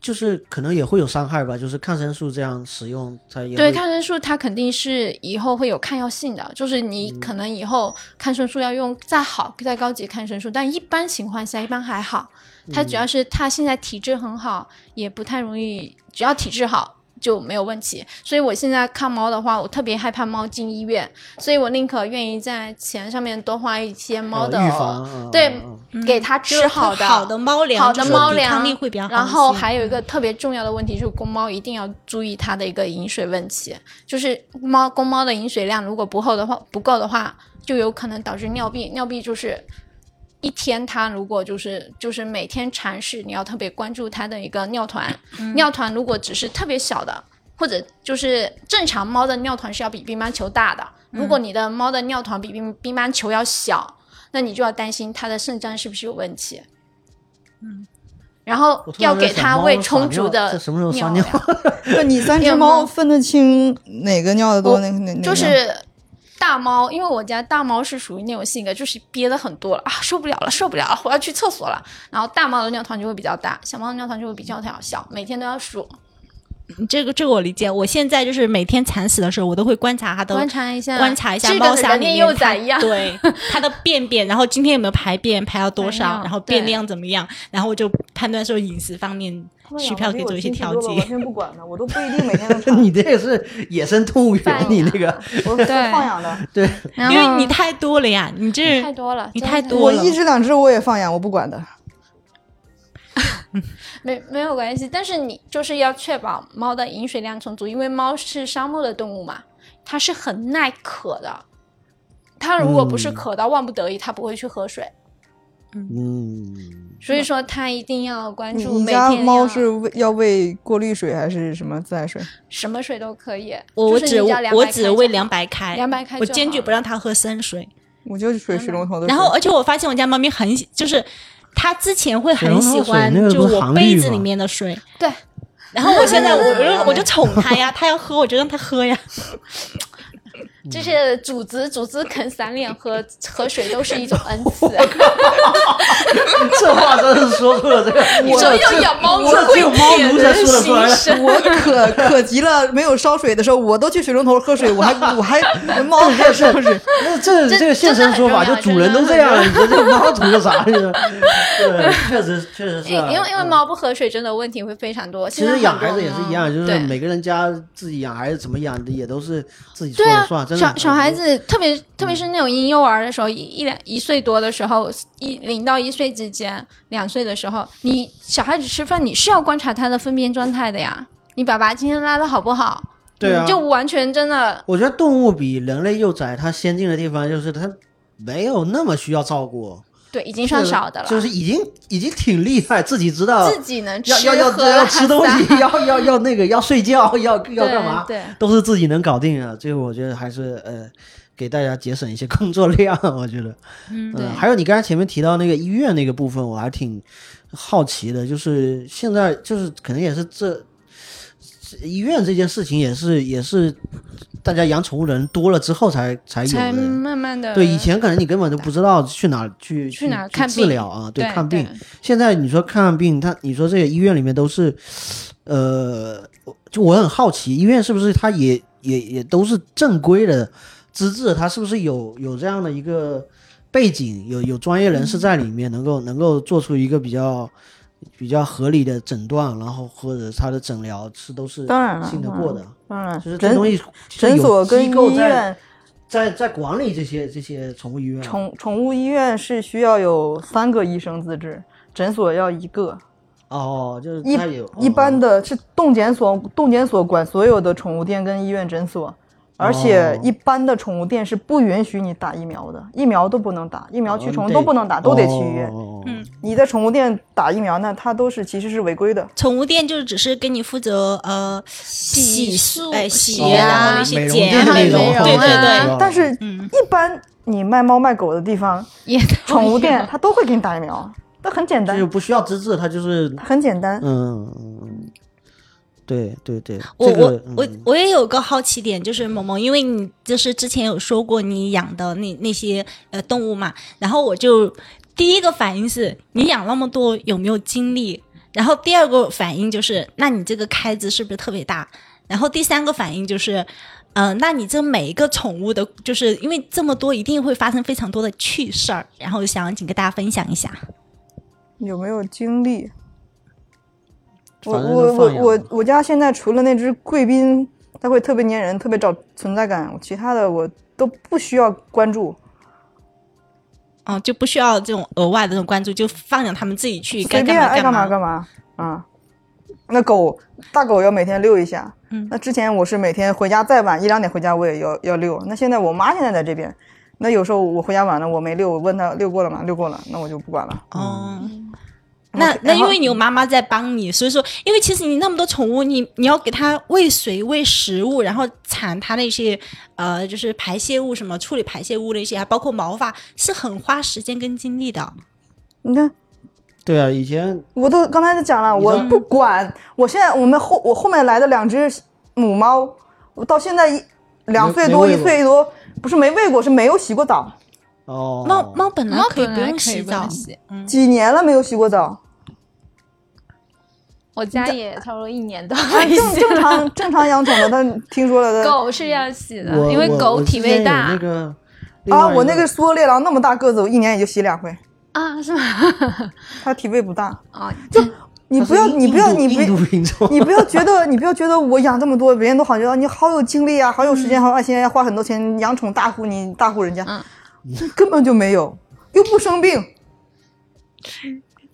Speaker 1: 就是可能也会有伤害吧，就是抗生素这样使用，它也
Speaker 6: 对
Speaker 1: 会
Speaker 6: 抗生素，它肯定是以后会有抗药性的，就是你
Speaker 1: 嗯
Speaker 6: 可能以后抗生素要用再好、再高级抗生素，但一般情况下一般还好。它主
Speaker 1: 嗯
Speaker 6: 要是它现在体质很好，也不太容易，只要体质好就没有问题。所以我现在看猫的话，我特别害怕猫进医院，所以我宁可愿意在钱上面多花一些猫
Speaker 1: 呃
Speaker 6: 的，
Speaker 1: 预防，啊
Speaker 6: 对
Speaker 1: 啊啊
Speaker 6: 给嗯它吃好的，
Speaker 5: 好的猫粮，
Speaker 6: 好的
Speaker 5: 就是
Speaker 6: 猫
Speaker 5: 抵抗
Speaker 6: 粮
Speaker 5: 力会比较好一些。
Speaker 6: 然后还有一个特别重要的问题就是，公猫一定要注意它的一个饮水问题，就是猫公猫的饮水量如果不够的话，不够的话，就有可能导致尿闭。尿闭就是一天它如果就是就是每天尝试，你要特别关注它的一个尿团，
Speaker 5: 嗯
Speaker 6: 尿团如果只是特别小的。或者就是正常猫的尿团是要比乒乓球大的，
Speaker 2: 嗯
Speaker 6: 如果你的猫的尿团比乒乒乓球要小，那你就要担心它的肾脏是不是有问题。嗯，
Speaker 2: 嗯
Speaker 6: 然后
Speaker 1: 我突然
Speaker 6: 要
Speaker 1: 在
Speaker 6: 给
Speaker 1: 想
Speaker 6: 它
Speaker 1: 猫
Speaker 6: 喂
Speaker 1: 撒
Speaker 6: 充
Speaker 1: 尿
Speaker 6: 足的
Speaker 1: 这什么时候撒
Speaker 6: 尿
Speaker 1: 尿？
Speaker 6: 量
Speaker 4: 那你三只猫分得清哪个尿的多，
Speaker 6: 我
Speaker 4: 哪个哪哪个
Speaker 6: 就是大猫，因为我家大猫是属于那种性格，就是憋的很多了啊，受不了了，受不了了，我要去厕所了。然后大猫的尿团就会比较大，小猫的尿团就会比较小，每天都要数，
Speaker 2: 这个这个我理解。我现在就是每天铲屎的时候，我都会观察它的
Speaker 6: 观察一下，
Speaker 2: 观察一下
Speaker 6: 这
Speaker 2: 猫
Speaker 6: 跟
Speaker 2: 砂
Speaker 6: 人
Speaker 2: 里
Speaker 6: 类
Speaker 2: 面
Speaker 6: 幼
Speaker 2: 它
Speaker 6: 崽一样。
Speaker 2: 对它的便便，然后今天有没有排便，排到多
Speaker 6: 排
Speaker 2: 少，
Speaker 6: 尿
Speaker 2: 然后便
Speaker 6: 对
Speaker 2: 量怎么样，然后我就判断说饮食方面
Speaker 4: 哎
Speaker 2: 需不需要可以做一些调节。
Speaker 4: 全不管的，我都不一定每天 都
Speaker 6: 嗯
Speaker 1: 你这也是野生动物
Speaker 6: 放
Speaker 1: 园，啊你那
Speaker 6: 养
Speaker 1: 个
Speaker 4: 我
Speaker 6: 对
Speaker 4: 放养的，
Speaker 1: 对，
Speaker 6: 然
Speaker 2: 因为
Speaker 6: 后
Speaker 2: 你太多了呀，你这
Speaker 6: 太多了，
Speaker 2: 你
Speaker 6: 真
Speaker 2: 太
Speaker 6: 的
Speaker 2: 多
Speaker 4: 我
Speaker 2: 了
Speaker 4: 一只两只我也放养，我不管的。
Speaker 6: 没没有关系，但是你就是要确保猫的饮水量充足，因为猫是沙漠的动物嘛，它是很耐渴的。它如果不是
Speaker 1: 嗯
Speaker 6: 渴到万不得已，它不会去喝水，
Speaker 1: 嗯，
Speaker 6: 所以说它一定要关
Speaker 4: 你
Speaker 6: 注
Speaker 4: 你
Speaker 6: 每
Speaker 4: 家
Speaker 6: 天
Speaker 4: 猫
Speaker 6: 要
Speaker 4: 是喂要喂过滤水还是什么自来水？
Speaker 6: 什么水都可以。
Speaker 2: 我我
Speaker 6: 就是
Speaker 2: 只
Speaker 6: 你要200
Speaker 2: 我
Speaker 6: 开
Speaker 2: 只
Speaker 6: 就
Speaker 2: 喂
Speaker 6: 好
Speaker 2: 两百开，
Speaker 6: 200开
Speaker 2: 我
Speaker 6: 就
Speaker 2: 坚
Speaker 6: 好
Speaker 2: 决不让它喝生水。
Speaker 4: 我就水水龙头的水。
Speaker 2: 然后而且我发现我家猫咪很喜就是。它之前会很喜欢
Speaker 1: 水龙头水那，个
Speaker 2: 就
Speaker 1: 不是
Speaker 2: 我
Speaker 1: 行
Speaker 2: 杯
Speaker 1: 绿
Speaker 2: 子里
Speaker 1: 吗
Speaker 2: 面的水。
Speaker 6: 对。
Speaker 2: 然后我现在我我 就我就宠它呀，它要喝我就让它喝呀。
Speaker 6: 就是主子主子肯散脸 喝喝水都是一种恩赐。
Speaker 1: 这话真是说出了这个，
Speaker 6: 你说
Speaker 1: 这
Speaker 6: 又养猫奴
Speaker 1: 这只有猫奴才说得出来
Speaker 6: 会点人 心。
Speaker 4: 我渴渴极了，没有烧水的时候，我都去水龙头喝水， 我还我还猫还烧水。
Speaker 1: 那这
Speaker 6: 这
Speaker 1: 这个现身说法，
Speaker 6: 真
Speaker 1: 就
Speaker 6: 的很重要
Speaker 1: 主人都这样了，你说这猫图个啥？ 就是对，确实确实是
Speaker 6: 因
Speaker 1: 啊。
Speaker 6: 因为因为
Speaker 1: 嗯
Speaker 6: 猫不喝水，真的问题会非常多。
Speaker 1: 其
Speaker 6: 现在
Speaker 1: 实
Speaker 6: 很
Speaker 1: 养
Speaker 6: 多
Speaker 1: 孩子也是一
Speaker 6: 猫
Speaker 1: 样，就是
Speaker 6: 对
Speaker 1: 每个人家自己养孩子怎么养的，也都是自己说
Speaker 6: 对
Speaker 1: 了
Speaker 6: 啊
Speaker 1: 算。，真的
Speaker 6: 小
Speaker 1: 很，嗯
Speaker 6: 小孩子，特别特别是那种婴幼儿的时候，一一两一岁多的时候，一零到一岁之间，两岁的时候，你小孩子吃饭，你是要观察他的粪便状态的呀。你粑粑今天拉的好不好？
Speaker 1: 对啊
Speaker 6: 你就完全真的
Speaker 1: 我觉得动物比人类幼崽，它先进的地方就是它没有那么需要照顾，
Speaker 6: 对，已经算少的了。
Speaker 1: 就是已经已经挺厉害，自己知道
Speaker 6: 自己能吃
Speaker 1: 要要要
Speaker 6: 喝
Speaker 1: 要
Speaker 6: 拉
Speaker 1: 吃东
Speaker 6: 撒
Speaker 1: 西，要要要那个要睡觉，要要干嘛，
Speaker 6: 对对
Speaker 1: 都是自己能搞定啊。这个我觉得还是呃，给大家节省一些工作量，我觉得。嗯，
Speaker 6: 对
Speaker 1: 还有你刚才前面提到那个医院那个部分，我还挺好奇的，就是现在就是可能也是这。医院这件事情也是也是，大家养宠物的人多了之后才才有
Speaker 6: 才
Speaker 1: 的，
Speaker 6: 慢慢的
Speaker 4: 呃
Speaker 1: 对，以前可能你根本都不知道去哪去
Speaker 6: 去哪儿
Speaker 1: 去
Speaker 6: 看
Speaker 1: 治
Speaker 6: 病
Speaker 1: 疗啊，
Speaker 6: 对
Speaker 1: 看
Speaker 6: 对
Speaker 1: 病。现在你说看病，他你说这个医院里面都是，呃，就我很好奇，医院是不是它也也也都是正规的资质，它是不是有有这样的一个背景，有有专业人士
Speaker 4: 嗯
Speaker 1: 在里面，能够能够做出一个比较。比较合理的诊断，然后或者它的诊疗是都是
Speaker 4: 当然了
Speaker 1: 信得
Speaker 4: 当
Speaker 1: 过
Speaker 4: 然
Speaker 1: 的，
Speaker 4: 当
Speaker 6: 嗯
Speaker 4: 然
Speaker 1: 就是这
Speaker 4: 诊
Speaker 1: 东西是
Speaker 4: 诊
Speaker 1: 有
Speaker 4: 所跟
Speaker 1: 机构
Speaker 4: 医
Speaker 1: 在
Speaker 4: 院
Speaker 1: 在在管理这些这些宠物医院啊，
Speaker 4: 宠宠物医院是需要有三个医生资质，诊所要一个。
Speaker 1: 哦，就是
Speaker 4: 一
Speaker 1: 它有哦
Speaker 4: 一般
Speaker 1: 的
Speaker 4: 的是动检所，动检所管所有的宠物店跟医院诊所，而且
Speaker 1: 哦
Speaker 4: 一般的宠物店是不允许你打疫苗的，疫苗都不能打，疫
Speaker 1: 哦
Speaker 4: 苗驱虫都不能打，都得去医院。
Speaker 1: 嗯，
Speaker 4: 你在宠物店打疫苗，那它都是其实是违规的。
Speaker 2: 宠物店就是只是跟你负责呃洗
Speaker 6: 漱
Speaker 2: 哎
Speaker 6: 洗
Speaker 2: 洗
Speaker 6: 啊
Speaker 2: 然后一
Speaker 1: 哦美
Speaker 2: 些
Speaker 1: 容
Speaker 2: 剪
Speaker 1: 店哦
Speaker 6: 的
Speaker 2: 美
Speaker 6: 那
Speaker 2: 容
Speaker 6: 种
Speaker 2: 对对
Speaker 6: 啊
Speaker 2: 对，
Speaker 4: 但是一般你卖猫卖狗的地方，
Speaker 6: 也
Speaker 4: 宠物
Speaker 6: 啊
Speaker 4: 店它都会给你打疫苗，那很简
Speaker 1: 这
Speaker 4: 单
Speaker 1: 就，不需要资质，它就是
Speaker 4: 很简单。
Speaker 1: 嗯，嗯嗯对对对，
Speaker 2: 我
Speaker 1: 这个
Speaker 2: 我我
Speaker 1: 嗯
Speaker 2: 我也有个好奇点，就是萌萌，因为你就是之前有说过你养的那那些呃动物嘛，然后我就第一个反应是你养那么多有没有精力，然后第二个反应就是那你这个开支是不是特别大，然后第三个反应就是。嗯、那你这每一个宠物的，就是因为这么多，一定会发生非常多的趣事儿，然后想请跟大家分享一下。
Speaker 4: 有没有精力？我
Speaker 1: 反正
Speaker 4: 我
Speaker 1: 是
Speaker 4: 我
Speaker 1: 放养
Speaker 4: 我
Speaker 1: 嘛
Speaker 4: 我家现在除了那只贵宾，它会特别粘人，特别找存在感，我其他的我都不需要关注。
Speaker 2: 哦、就不需要这种额外的这种关注，就放养它们自己去该干
Speaker 4: 随便
Speaker 2: 嘛
Speaker 4: 爱
Speaker 2: 干
Speaker 4: 嘛
Speaker 2: 嘛。
Speaker 4: 干嘛啊。那狗大狗要每天遛一下，
Speaker 2: 嗯
Speaker 4: 那之前我是每天回家再晚一两点回家我也要要遛，那现在我妈现在在这边，那有时候我回家晚了我没遛，我问她遛过了吗？遛过了，那我就不管了。
Speaker 2: 哦，
Speaker 4: 然
Speaker 2: 那
Speaker 4: 后
Speaker 2: 那
Speaker 4: 然
Speaker 2: 因
Speaker 4: 后
Speaker 2: 为你有妈妈在帮你，所以说，因为其实你那么多宠物，你你要给它喂水、喂食物，然后铲它那些呃，就是排泄物什么，处理排泄物那些，还包括毛发，是很花时间跟精力
Speaker 4: 哦
Speaker 2: 的。
Speaker 4: 你看
Speaker 1: 对啊，以前
Speaker 4: 我都刚才就讲了，我不管，我现在我们后我后面来的两只母猫，我到现在一两岁多
Speaker 1: 没喂
Speaker 4: 一
Speaker 1: 过
Speaker 4: 岁多，不是没喂过，是没有洗过澡，
Speaker 1: 哦，
Speaker 2: 猫猫本来
Speaker 6: 猫
Speaker 2: 可以
Speaker 6: 本
Speaker 2: 不
Speaker 6: 来
Speaker 2: 用
Speaker 6: 可以
Speaker 2: 洗
Speaker 6: 不用
Speaker 2: 澡，
Speaker 6: 洗
Speaker 2: 嗯，
Speaker 4: 几年了没有洗过澡。
Speaker 6: 我家也差不多一年多
Speaker 4: 正
Speaker 6: 没洗
Speaker 4: 正
Speaker 6: 了。
Speaker 4: 常正常养宠的，他听说了的
Speaker 6: 狗是要洗的
Speaker 2: 啊
Speaker 1: 我，
Speaker 6: 因为
Speaker 1: 我
Speaker 6: 狗
Speaker 1: 我
Speaker 6: 体
Speaker 1: 之
Speaker 6: 味
Speaker 1: 前有
Speaker 6: 大
Speaker 1: 那个
Speaker 4: 啊，我那
Speaker 1: 个
Speaker 4: 个苏俄猎狼那么大个子，我一年也就洗两回，
Speaker 6: 啊，是吗？
Speaker 4: 它体味不大。
Speaker 6: 啊，
Speaker 4: 你不要你不要你不
Speaker 1: 印
Speaker 4: 要
Speaker 1: 度品种，
Speaker 4: 你不要觉得你不要觉得我养这么多，别人都好像觉得你好有精力啊，好有时间，好有爱心，要花很多钱养宠大户你大户人家，
Speaker 6: 嗯
Speaker 4: 根本就没有，又不生病，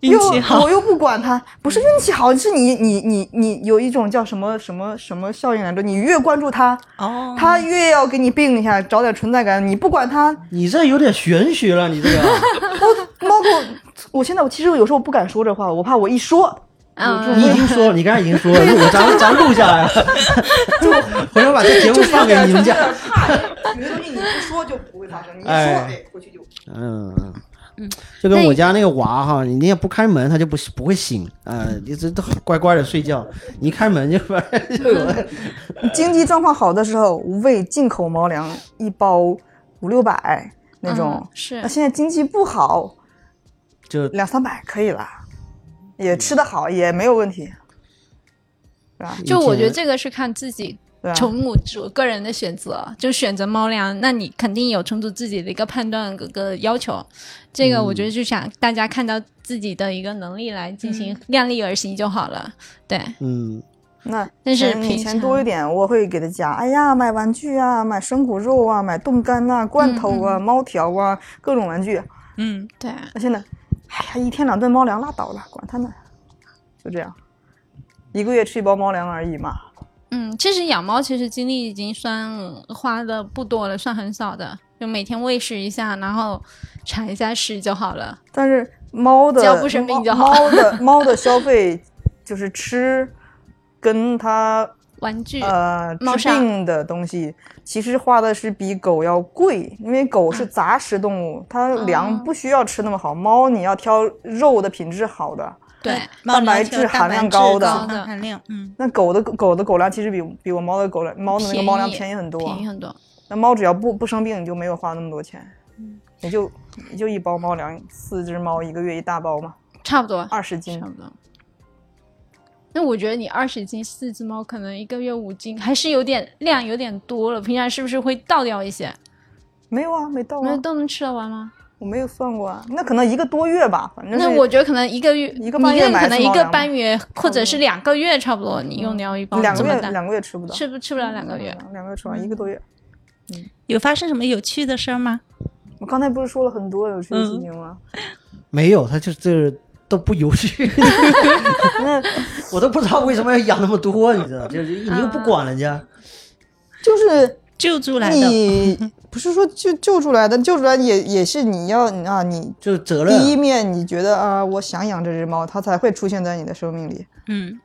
Speaker 2: 运
Speaker 4: 又
Speaker 2: 气好
Speaker 4: 我。又不管它，不是运气好，是你你你你有一种叫什么什么什么效应来着？你越关注它，
Speaker 2: 哦，
Speaker 4: 它越要给你病一下，找点存在感，你不管它，
Speaker 1: 你这有点玄学了，你这个
Speaker 4: 猫狗，我现在我其实有时候不敢说这话，我怕我一说，
Speaker 6: 嗯，
Speaker 1: 你已经说了，你刚才已经说了，我咱咱录下来了，回头把这节目放给你们家。
Speaker 4: 怕有些东西你不说就不会发生，你一
Speaker 1: 说哎，
Speaker 4: 回去就
Speaker 1: 嗯，嗯，就跟我家那个娃哈，你也不开门，他就不不会醒啊，一直都乖乖的睡觉。你一开门就反正就有了
Speaker 4: 经济状况好的时候，喂进口猫粮一包五六百那种
Speaker 6: 嗯，是
Speaker 4: 那现在经济不好，
Speaker 1: 就
Speaker 4: 两三百可以了，也吃得好，也没有问题，对吧？
Speaker 6: 就我觉得
Speaker 1: 以前
Speaker 6: 这个是看自己
Speaker 4: 对啊吧？
Speaker 6: 宠物主个人的选择，就选择猫粮，那你肯定有充足自己的一个判断跟个要求。这个我觉得就想大家看到自己的一个能力来进行量力而行就好了。对，
Speaker 1: 嗯，
Speaker 4: 那
Speaker 6: 但是
Speaker 4: 钱
Speaker 6: 平
Speaker 4: 钱
Speaker 6: 常
Speaker 4: 多一点，我会给他加。哎呀，买玩具啊，买生骨肉啊，买冻干呐、
Speaker 6: 嗯
Speaker 4: 罐头啊、猫条啊，各种玩具。
Speaker 2: 嗯，
Speaker 6: 对，啊
Speaker 4: 那现在，哎呀，一天两顿猫粮拉倒了，管他呢，就这样，一个月吃一包猫粮而已嘛。
Speaker 6: 嗯，其实养猫其实精力已经算花的不多了，算很少的，就每天喂食一下，然后铲一下屎就好了。
Speaker 4: 但是猫的
Speaker 6: 只要不生病就好
Speaker 4: 猫猫 的猫的消费就是吃，跟它
Speaker 6: 玩具，
Speaker 4: 呃
Speaker 6: 猫
Speaker 4: 治
Speaker 6: 砂
Speaker 4: 病的东西，其实花的是比狗要贵，因为狗
Speaker 6: 嗯
Speaker 4: 是杂食动物，它
Speaker 6: 哦
Speaker 4: 粮不需要吃那么好。猫你要挑肉的品质好的，
Speaker 6: 对，
Speaker 2: 猫
Speaker 4: 蛋白
Speaker 2: 粮
Speaker 4: 质
Speaker 2: 蛋
Speaker 4: 含
Speaker 2: 白
Speaker 4: 量
Speaker 2: 质
Speaker 4: 高的
Speaker 2: 高的含量，嗯，
Speaker 4: 那狗的狗的狗粮其实比比我猫的狗粮猫的那个
Speaker 6: 便
Speaker 4: 猫粮
Speaker 6: 宜
Speaker 4: 便宜很多，
Speaker 6: 便宜很多。
Speaker 4: 那猫只要不不生病，你就没有花那么多钱，
Speaker 6: 嗯
Speaker 4: 也就也就一包猫粮，四只猫一个月一大包嘛，
Speaker 6: 差不多，
Speaker 4: 二十斤
Speaker 6: 差。不多。那我觉得你二十斤四只猫，可能一个月五斤，还是有点量有点多了。平常是不是会倒掉一些？
Speaker 4: 没有啊，没到
Speaker 6: 那
Speaker 4: 啊，
Speaker 6: 都能吃得完吗？
Speaker 4: 我没有算过啊，那可能一个多月吧，反正
Speaker 6: 那
Speaker 4: 是
Speaker 6: 我觉得可能一个月，
Speaker 4: 一个半月
Speaker 6: 你
Speaker 4: 买
Speaker 6: 可
Speaker 4: 一次
Speaker 6: 能一
Speaker 4: 猫
Speaker 6: 个
Speaker 4: 粮吧
Speaker 6: 半月，或者是两个月，差不多你用掉一包
Speaker 4: 嗯两
Speaker 6: 哦这
Speaker 4: 个
Speaker 6: 么
Speaker 4: 月
Speaker 6: 大，
Speaker 4: 两个月吃不到，
Speaker 6: 吃不吃不了两个月。嗯
Speaker 4: 两个月吃完一个多月。
Speaker 2: 有发生什么有趣的事儿吗？
Speaker 4: 我刚才不是说了很多有趣的
Speaker 1: 嗯
Speaker 4: 事情吗？
Speaker 1: 没有，他就这都不有趣，
Speaker 4: 那
Speaker 1: 我都不知道为什么要养那么多，你知道，就是你又不管人家，
Speaker 4: 就是
Speaker 2: 救助来的，
Speaker 4: 你 不是说救救出来的，救出来也也是你要啊，你
Speaker 1: 就是责
Speaker 4: 第一
Speaker 1: 任。
Speaker 4: 面你觉得啊，我想养这只猫，它才会出现在你的生命里。
Speaker 2: 嗯，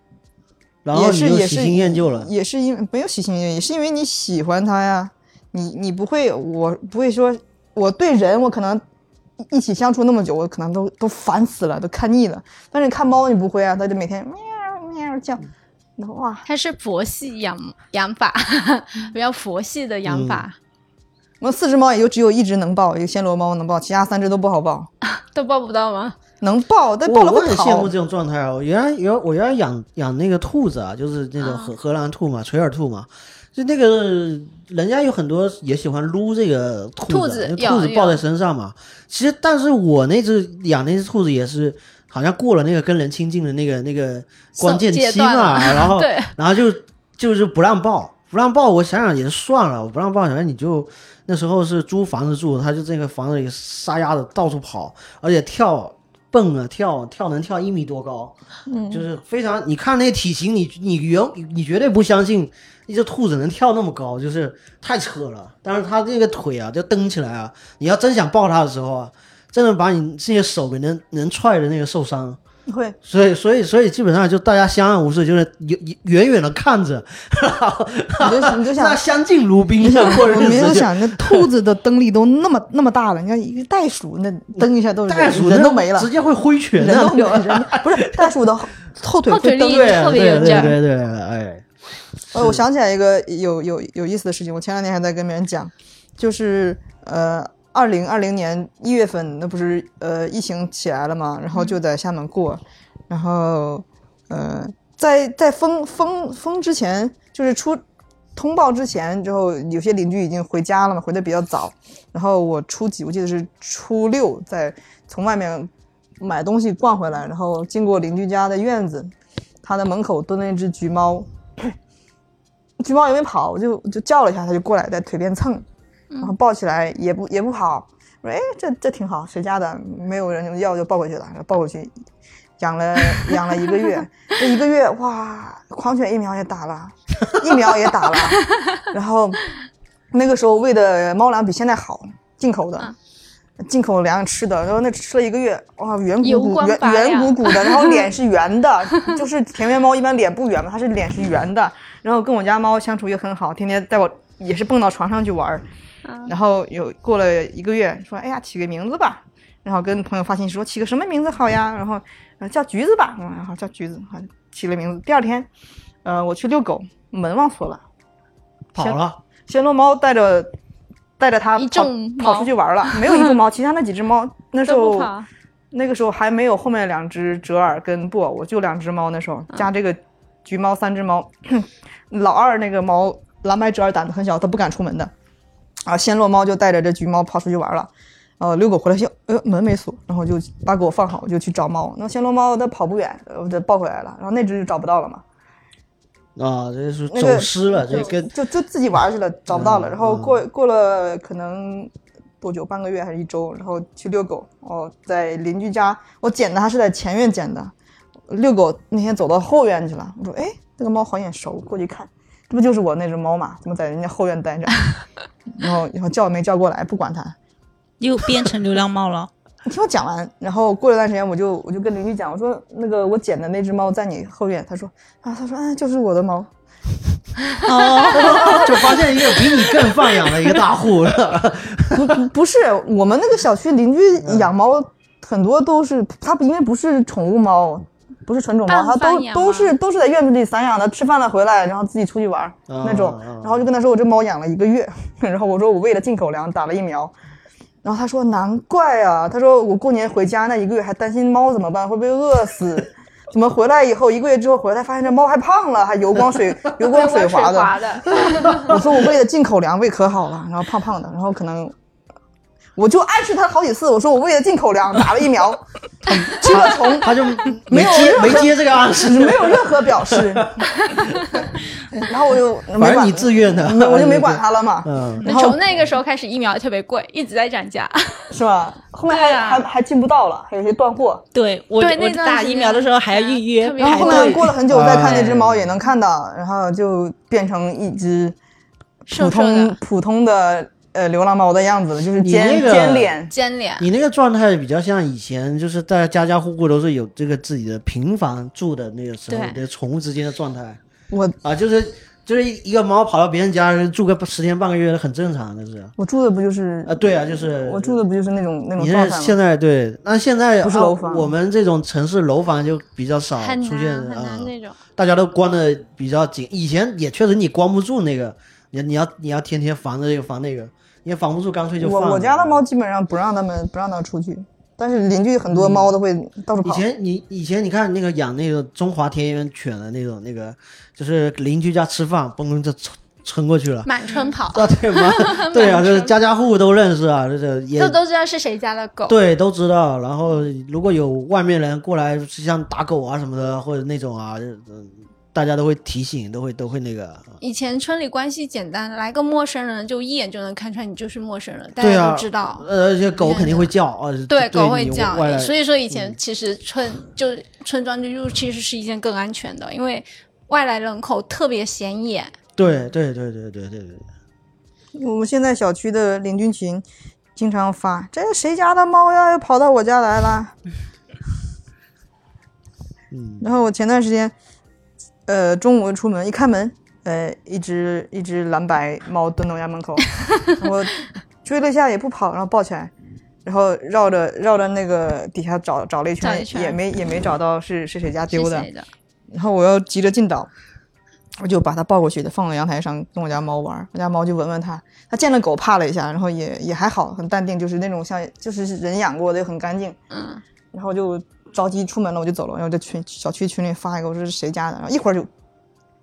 Speaker 1: 然后
Speaker 4: 也
Speaker 1: 你
Speaker 4: 是
Speaker 1: 就
Speaker 4: 也
Speaker 1: 喜
Speaker 4: 是
Speaker 1: 新厌旧了，
Speaker 4: 也是因为没有喜新厌旧，也是因为你喜欢它呀。你你不会，我不会说，我对人我可能一一起相处那么久，我可能都都烦死了，都看腻了。但是你看猫你不会啊，它就每天喵喵叫，
Speaker 3: 哇，
Speaker 6: 它是佛系养养法， 比较佛系的养
Speaker 1: 嗯
Speaker 6: 法，
Speaker 4: 我四只猫也就只有一只能抱，一个暹罗猫能抱，其他三只都不好抱。
Speaker 6: 都抱不到吗？
Speaker 4: 能抱，但抱
Speaker 1: 我
Speaker 4: 了
Speaker 1: 我
Speaker 4: 会
Speaker 1: 很羡
Speaker 4: 跑
Speaker 1: 慕。这种状态啊！我原来有我原来养养那个兔子啊，就是那种荷荷兰兔嘛，垂耳兔嘛，就那个人家有很多也喜欢撸这个兔
Speaker 6: 兔
Speaker 1: 子
Speaker 6: 子
Speaker 1: 啊，因为
Speaker 6: 有
Speaker 1: 兔子抱在身上嘛。其实，但是我那只养那只兔子也是。好像过了那个跟人亲近的那个那个关键
Speaker 6: 阶
Speaker 1: 期
Speaker 6: 段
Speaker 1: 嘛，
Speaker 6: 了
Speaker 1: 然后
Speaker 6: 对
Speaker 1: 然后就就是不让抱，不让抱，我想想也就算了，我不让抱，想想你就那时候是租房子住，他就这个房子里撒丫子到处跑，而且跳蹦啊跳跳能跳一米多高，嗯，就是非常，你看那体型，你你原你绝对不相信一只兔子能跳那么高，就是太扯了。但是它这个腿啊，就蹬起来啊，你要真想抱它的时候啊，真的把你这些手给能能踹的那个受伤。
Speaker 4: 会，
Speaker 1: 所以，所以，所以，基本上就大家相安无事，就是远远远的看着，然后
Speaker 4: 你就你就 想
Speaker 1: 那相敬如 宾的过
Speaker 4: 我
Speaker 1: 日
Speaker 4: 没有
Speaker 1: 子就。
Speaker 4: 想，那兔子的灯力都那么那么大了，你看一个袋鼠那灯一下都
Speaker 1: 袋鼠
Speaker 4: 人
Speaker 1: 那
Speaker 4: 都没了
Speaker 1: 直，接会挥拳
Speaker 4: 人
Speaker 1: 的
Speaker 4: 都。没了，人都不是袋鼠的后后腿
Speaker 6: 后腿
Speaker 4: 会蹬
Speaker 6: 力
Speaker 1: 对
Speaker 6: 特别
Speaker 1: 对
Speaker 6: 有劲
Speaker 1: 对
Speaker 6: 儿
Speaker 1: 对对，哎，
Speaker 4: 呃，我想起来一个有有有意思的事情，我前两天还在跟别人讲，就是呃，二零二零年一月份，那不是呃疫情起来了嘛，然后就在厦门过，然后呃，在在封封封之前，就是出通报之前之后，有些邻居已经回家了嘛，回的比较早，然后我初几，我记得是初六，在从外面买东西逛回来，然后经过邻居家的院子，他的门口蹲了一只橘猫。橘猫也没跑，我就我就叫了一下，它就过来在腿边蹭，然后抱起来也不也不跑。我说哎，这这挺好，谁家的？没有人要就抱回去了，然后抱回去养了养了一 个月，这一个月哇，狂犬疫苗也打了，疫苗也打了， 然后那个时候喂的猫粮比现在好，进口的。进口粮吃的，然后那吃了一个月，哇，圆
Speaker 6: 嗯油
Speaker 4: 鼓鼓、
Speaker 6: 光
Speaker 4: 圆
Speaker 6: 发
Speaker 4: 圆
Speaker 6: 亮
Speaker 4: 鼓鼓的， 然后脸是圆的，就是田园猫一般脸不圆嘛，它是脸是圆的，然后跟我家猫相处也很好，天天带我也是蹦到床上去玩儿。
Speaker 6: 嗯
Speaker 4: 然后有过了一个月，说哎呀起个名字吧，然后跟朋友发信息说起个什么名字好呀，然后呃叫橘子吧，嗯然后叫橘子，好起了名字。第二天，呃我去遛狗，门忘锁了，
Speaker 1: 跑了，
Speaker 4: 暹罗猫带着带着它
Speaker 6: 一
Speaker 4: 跑
Speaker 6: 众
Speaker 4: 跑
Speaker 6: 猫
Speaker 4: 出去玩了，没有 一众猫，其他那几只猫那时
Speaker 6: 都
Speaker 4: 候
Speaker 6: 不跑。
Speaker 4: 那个时候还没有后面两只折耳跟布偶，我就两只猫，那时候加这个橘猫三只猫， 老二那个猫蓝白折耳胆子很小，它不敢出门的，啊，暹罗猫就带着这橘猫跑出去玩了。呃，遛狗回来就，哎呦，门没锁，然后就把狗放好，我就去找猫。那暹罗猫它跑不远，呃我就抱回来了。然后那只就找不到了嘛，
Speaker 1: 啊，这是
Speaker 4: 那个
Speaker 1: 走失了，这跟
Speaker 4: 就就自己玩去了，找不到了。
Speaker 1: 嗯
Speaker 4: 然后
Speaker 1: 嗯
Speaker 4: 过过了可能多久，半个月还是一周，然后去遛狗。哦，在邻居家，我捡的还是在前院捡的。遛狗那天走到后院去了，我说：“哎，这个猫好眼熟。”过去看，这不就是我那只猫嘛？怎么在人家后院待着？ 然后然后叫也没叫过来，不管它。
Speaker 2: 又变成流浪猫了。
Speaker 4: 你听我讲完，然后过了段时间，我就我就跟邻居讲，我说那个我捡的那只猫在你后院，他说啊，他说啊、哎就是我的猫，
Speaker 1: 就发现一个比你更放养的一个大户，
Speaker 4: 不是，我们那个小区邻居养猫很多都是，它不因为不是宠物猫，不是纯种猫，它
Speaker 6: 半
Speaker 4: 都
Speaker 6: 放养
Speaker 4: 都
Speaker 6: 吗
Speaker 4: 是都是在院子里散养的，吃饭了回来，然后自己出去玩儿、
Speaker 1: 啊
Speaker 4: 那种
Speaker 1: 啊。
Speaker 4: 然后就跟他说，我这猫养了一个月， 然后我说我喂了进口粮，打了疫苗。然后他说难怪啊，他说我过年回家那一个月还担心猫怎么办，会不会饿死？ 怎么回来以后一个月之后回来发现这猫还胖了，还油光 水油光水滑的。
Speaker 6: 的，
Speaker 4: 我说我喂的进口粮，喂可好了，然后胖胖的，然后可能我就暗示他好几次，我说我喂的进口粮，打了疫苗，驱了虫，
Speaker 1: 他就
Speaker 4: 没
Speaker 1: 没
Speaker 4: 有
Speaker 1: 接
Speaker 4: 任何
Speaker 1: 没接这个暗示，
Speaker 4: 没有任何表示。 然后我就没
Speaker 1: 反正
Speaker 4: 管
Speaker 1: 你，自愿的，
Speaker 4: 没我就没管他了嘛，
Speaker 1: 嗯，
Speaker 4: 然后
Speaker 6: 从那个时候开始，疫苗特别贵，一直在涨价。
Speaker 4: 是吧？后面还、
Speaker 6: 对啊
Speaker 4: 还还进不到了，还有些断货。
Speaker 2: 对我
Speaker 6: 对
Speaker 2: 我
Speaker 6: 那段
Speaker 2: 打
Speaker 6: 时间
Speaker 2: 疫苗的时候还要预约
Speaker 6: 特别
Speaker 4: 然
Speaker 6: 排
Speaker 4: 后后
Speaker 6: 队
Speaker 4: 面过了很久再看那只
Speaker 1: 哎
Speaker 4: 猫也能看到，然后就变成一只普
Speaker 6: 瘦瘦
Speaker 4: 通
Speaker 6: 的
Speaker 4: 普通的呃流浪猫的样子，就是
Speaker 1: 你
Speaker 4: 尖、
Speaker 1: 那个
Speaker 4: 尖脸。
Speaker 6: 尖脸，
Speaker 1: 你那个状态比较像以前，就是大家家家户户都是有这个自己的平房住的那个时候
Speaker 6: 对
Speaker 1: 的宠物之间的状态
Speaker 4: 我
Speaker 1: 啊，就是就是一个猫跑到别人家住个十天半个月的，很正常，就是
Speaker 4: 我住的不就是
Speaker 1: 啊，对啊，就是
Speaker 4: 嗯我住的不就是那种那种
Speaker 1: 你
Speaker 4: 状
Speaker 1: 这
Speaker 4: 态
Speaker 1: 现
Speaker 4: 吗？
Speaker 1: 在对，那现在
Speaker 4: 不是
Speaker 1: 啊
Speaker 4: 楼房
Speaker 1: 我们这种城市楼房就比较少
Speaker 6: 很
Speaker 1: 出
Speaker 6: 难
Speaker 1: 现
Speaker 6: 很
Speaker 1: 啊
Speaker 6: 难，那种。
Speaker 1: 大家都关的比较紧。以前也确实你关不住那个，你你要你要天天防着这个防那个，你也防不住，干脆就放
Speaker 4: 我
Speaker 1: 了。
Speaker 4: 我家的猫基本上不让它们不让它出去，但是邻居很多猫都会到处
Speaker 1: 嗯以
Speaker 4: 跑。
Speaker 1: 前你以前你看那个养那个中华田园犬的那种那个，就是邻居家吃饭，嘣就冲冲过去了。
Speaker 6: 满村跑，
Speaker 1: 啊对 吗？对啊，就是家家户户都认识啊，就是也
Speaker 6: 都都知道是谁家的狗。
Speaker 1: 对，都知道。然后如果有外面人过来，像打狗啊什么的，或者那种啊，就是嗯大家都会提醒，都会都会那个。
Speaker 6: 以前村里关系简单，来个陌生人就一眼就能看出来你就是陌生人，大
Speaker 1: 对
Speaker 6: 家
Speaker 1: 啊，
Speaker 6: 都知道。
Speaker 1: 呃，而且狗肯定会叫啊，
Speaker 6: 对，狗会
Speaker 1: 你
Speaker 6: 叫
Speaker 1: 外
Speaker 6: 你，
Speaker 1: 来嗯
Speaker 6: 所以说以前其实村、就村庄居住其实是一件更安全的，因为外来人口特别显眼。
Speaker 1: 对对对对对对对，
Speaker 4: 我们现在小区的邻居群经常发，这是谁家的猫呀，又跑到我家来了。
Speaker 1: 嗯，
Speaker 4: 然后我前段时间，呃，中午出门一开门，呃，一只一只蓝白猫蹲到我家门口，我追了一下也不跑，然后抱起来，然后绕着绕着那个底下找找了一
Speaker 6: 找
Speaker 4: 圈，
Speaker 6: 一圈
Speaker 4: 也没也没找到是是谁家丢的
Speaker 6: 是谁。的？
Speaker 4: 然后我又急着进岛，我就把它抱过去的，放到阳台上跟我家猫玩儿。我家猫就闻闻它，它见了狗怕了一下，然后也也还好，很淡定，就是那种像就是人养过的，很干净。
Speaker 6: 嗯，
Speaker 4: 然后就着急出门了，我就走了，然后就群小区群里发一个，我说是谁家的，然后一会儿就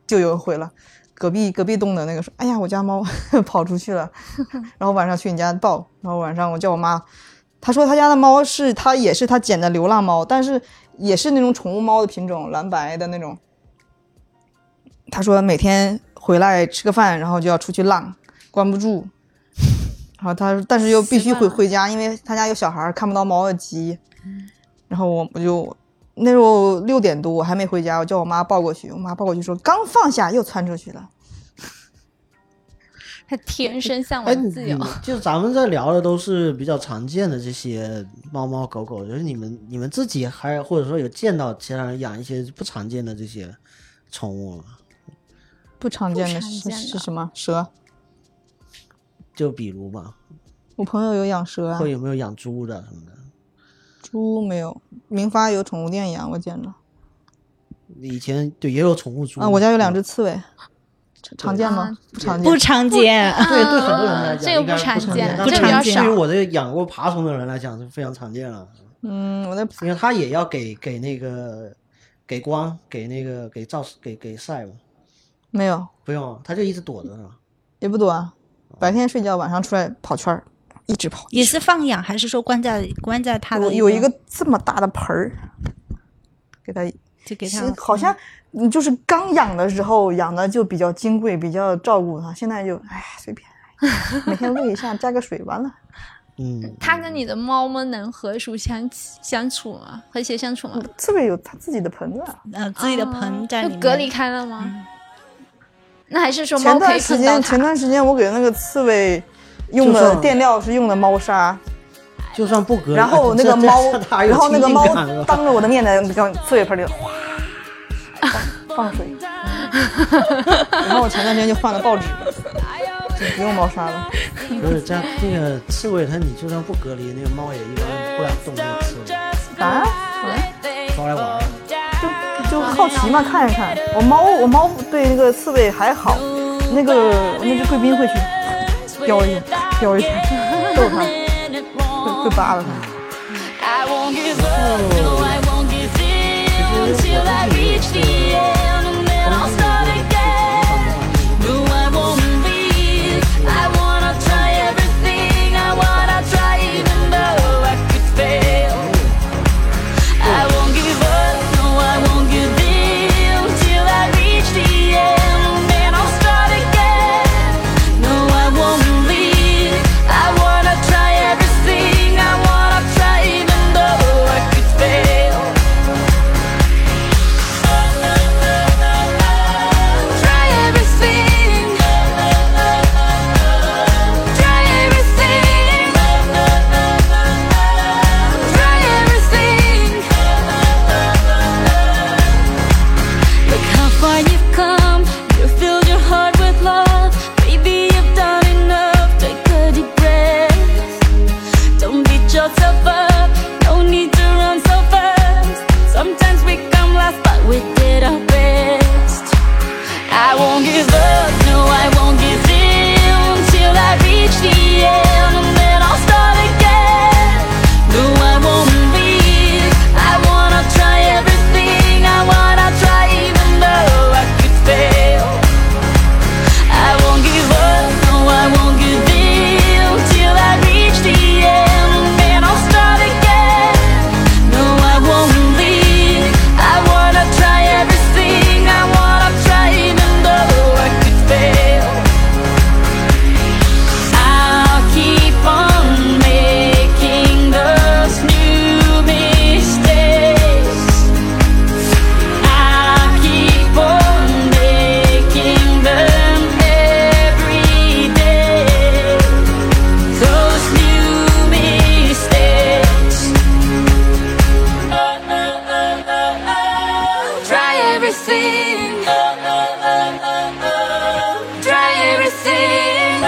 Speaker 4: 就有人回了，隔壁隔壁栋的那个说，哎呀，我家猫 跑出去了，然后晚上去你家抱，然后晚上我叫我妈，她说她家的猫是她也是她捡的流浪猫，但是也是那种宠物猫的品种，蓝白的那种，她说每天回来吃个饭，然后就要出去浪，关不 住。然后她，但是又必须回回家，因为她家有小孩儿，看不到猫的急。然后我我就那时候六点多，我还没回家，我叫我妈抱过去，我妈抱过去说刚放下又窜出去了。
Speaker 6: 它天生向
Speaker 1: 哎，
Speaker 6: 往
Speaker 1: 你
Speaker 6: 哦自由。
Speaker 1: 你就咱们在聊的都是比较常见的这些猫猫狗狗，就是你们你们自己还或者说有见到其他人养一些不常见的这些宠物吗？
Speaker 4: 不常见的
Speaker 6: 不常
Speaker 4: 是
Speaker 6: 见的
Speaker 4: 是什么？蛇。
Speaker 1: 就比如嘛，
Speaker 4: 我朋友有养蛇啊
Speaker 1: 或，者有没有养猪的什么的？
Speaker 4: 猪没有。明发有宠物店养，我见了。
Speaker 1: 以前对也有宠物猪嗯
Speaker 4: 啊，我家有两
Speaker 1: 只。
Speaker 4: 只刺猬，常常见吗？不常见
Speaker 2: 嗯不。常见。
Speaker 1: 对对，很多人来
Speaker 6: 啊
Speaker 1: 讲
Speaker 6: 这个
Speaker 1: 应该
Speaker 6: 不常见，
Speaker 1: 但
Speaker 6: 这个
Speaker 1: 是
Speaker 6: 比较
Speaker 2: 不常见
Speaker 6: 少
Speaker 1: 对于。我这个养过爬虫的人来讲是非常常见了，
Speaker 4: 嗯，我在
Speaker 1: 因为它也要给给那个给光给那个给照给给晒嘛，
Speaker 4: 没有，
Speaker 1: 不用，它就一直躲着呢。
Speaker 4: 也不多啊。白天睡觉，晚上出来跑圈儿，一直跑。
Speaker 2: 也是放养，还是说关在关在它
Speaker 4: 有
Speaker 2: 的
Speaker 4: 有一个这么大的盆儿，给它
Speaker 2: 就给它
Speaker 4: 是好像你就是刚养的时候养的就比较金贵，比较照顾它，现在就哎随便，哎每天喂一下，加个水，完了。
Speaker 1: 嗯，
Speaker 6: 它跟你的猫们能和熟相相处吗？和谐相处吗？
Speaker 4: 刺猬有它自己的盆子啊，
Speaker 2: 呃自己的
Speaker 6: 啊
Speaker 2: 盆在里
Speaker 6: 就
Speaker 2: 面嗯
Speaker 6: 隔离开了吗？那还是说
Speaker 4: 前
Speaker 6: 猫可
Speaker 4: 段
Speaker 6: 以
Speaker 4: 时
Speaker 6: 碰到
Speaker 4: 间前
Speaker 6: 它？
Speaker 4: 段时间我给那个刺猬用
Speaker 1: 就
Speaker 4: 的
Speaker 1: 是
Speaker 4: 垫料是用的猫砂，
Speaker 1: 就算不隔离，
Speaker 4: 然后那个
Speaker 1: 这这
Speaker 4: 猫，
Speaker 1: 这它有
Speaker 4: 然后那个
Speaker 1: 亲
Speaker 4: 猫
Speaker 1: 近感啊是吧
Speaker 4: 当着我的面在往刺猬盆里 哗放放水，然后我前段时间就换了报纸，就不用猫砂了。
Speaker 1: 不是这样那个刺猬，它你就算不隔离，那个猫也一般不敢动那个刺猬，
Speaker 4: 啊，
Speaker 1: 抓来玩儿。
Speaker 4: 就就好奇嘛，看一看。我猫，我猫对那个刺猬还好，那个那只贵宾会去叼一下，叼一下，逗它， 会会扒拉它。
Speaker 9: I won't give up, no, I won't give in until I reach the end, and then I'll start again. No, I won't leave. I wanna try everything. I wanna try even though I could fail. I won't give up, no, I won't give in until I reach the end, and then I'll start again. No, I won't leave. I wanna try everything. I wanna try even though I could fail. yourself up. No need to run so fast. Sometimes we come last, but we did our best. I won't give up, no, I won't give in till I reach the end, and then I'll start again. No, I won't leave. I wanna try everything. I wanna try even though I could fail. I won't give up, no, I won't give in till I reach the end, and then I'll start again. No, I won't leave. I wanna try everything. I wanna try even though I could fail. I'll keep on making those new mistakes. I keep on making them every day. Those new mistakes. Try everything. Try everything.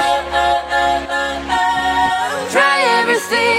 Speaker 9: Try everything.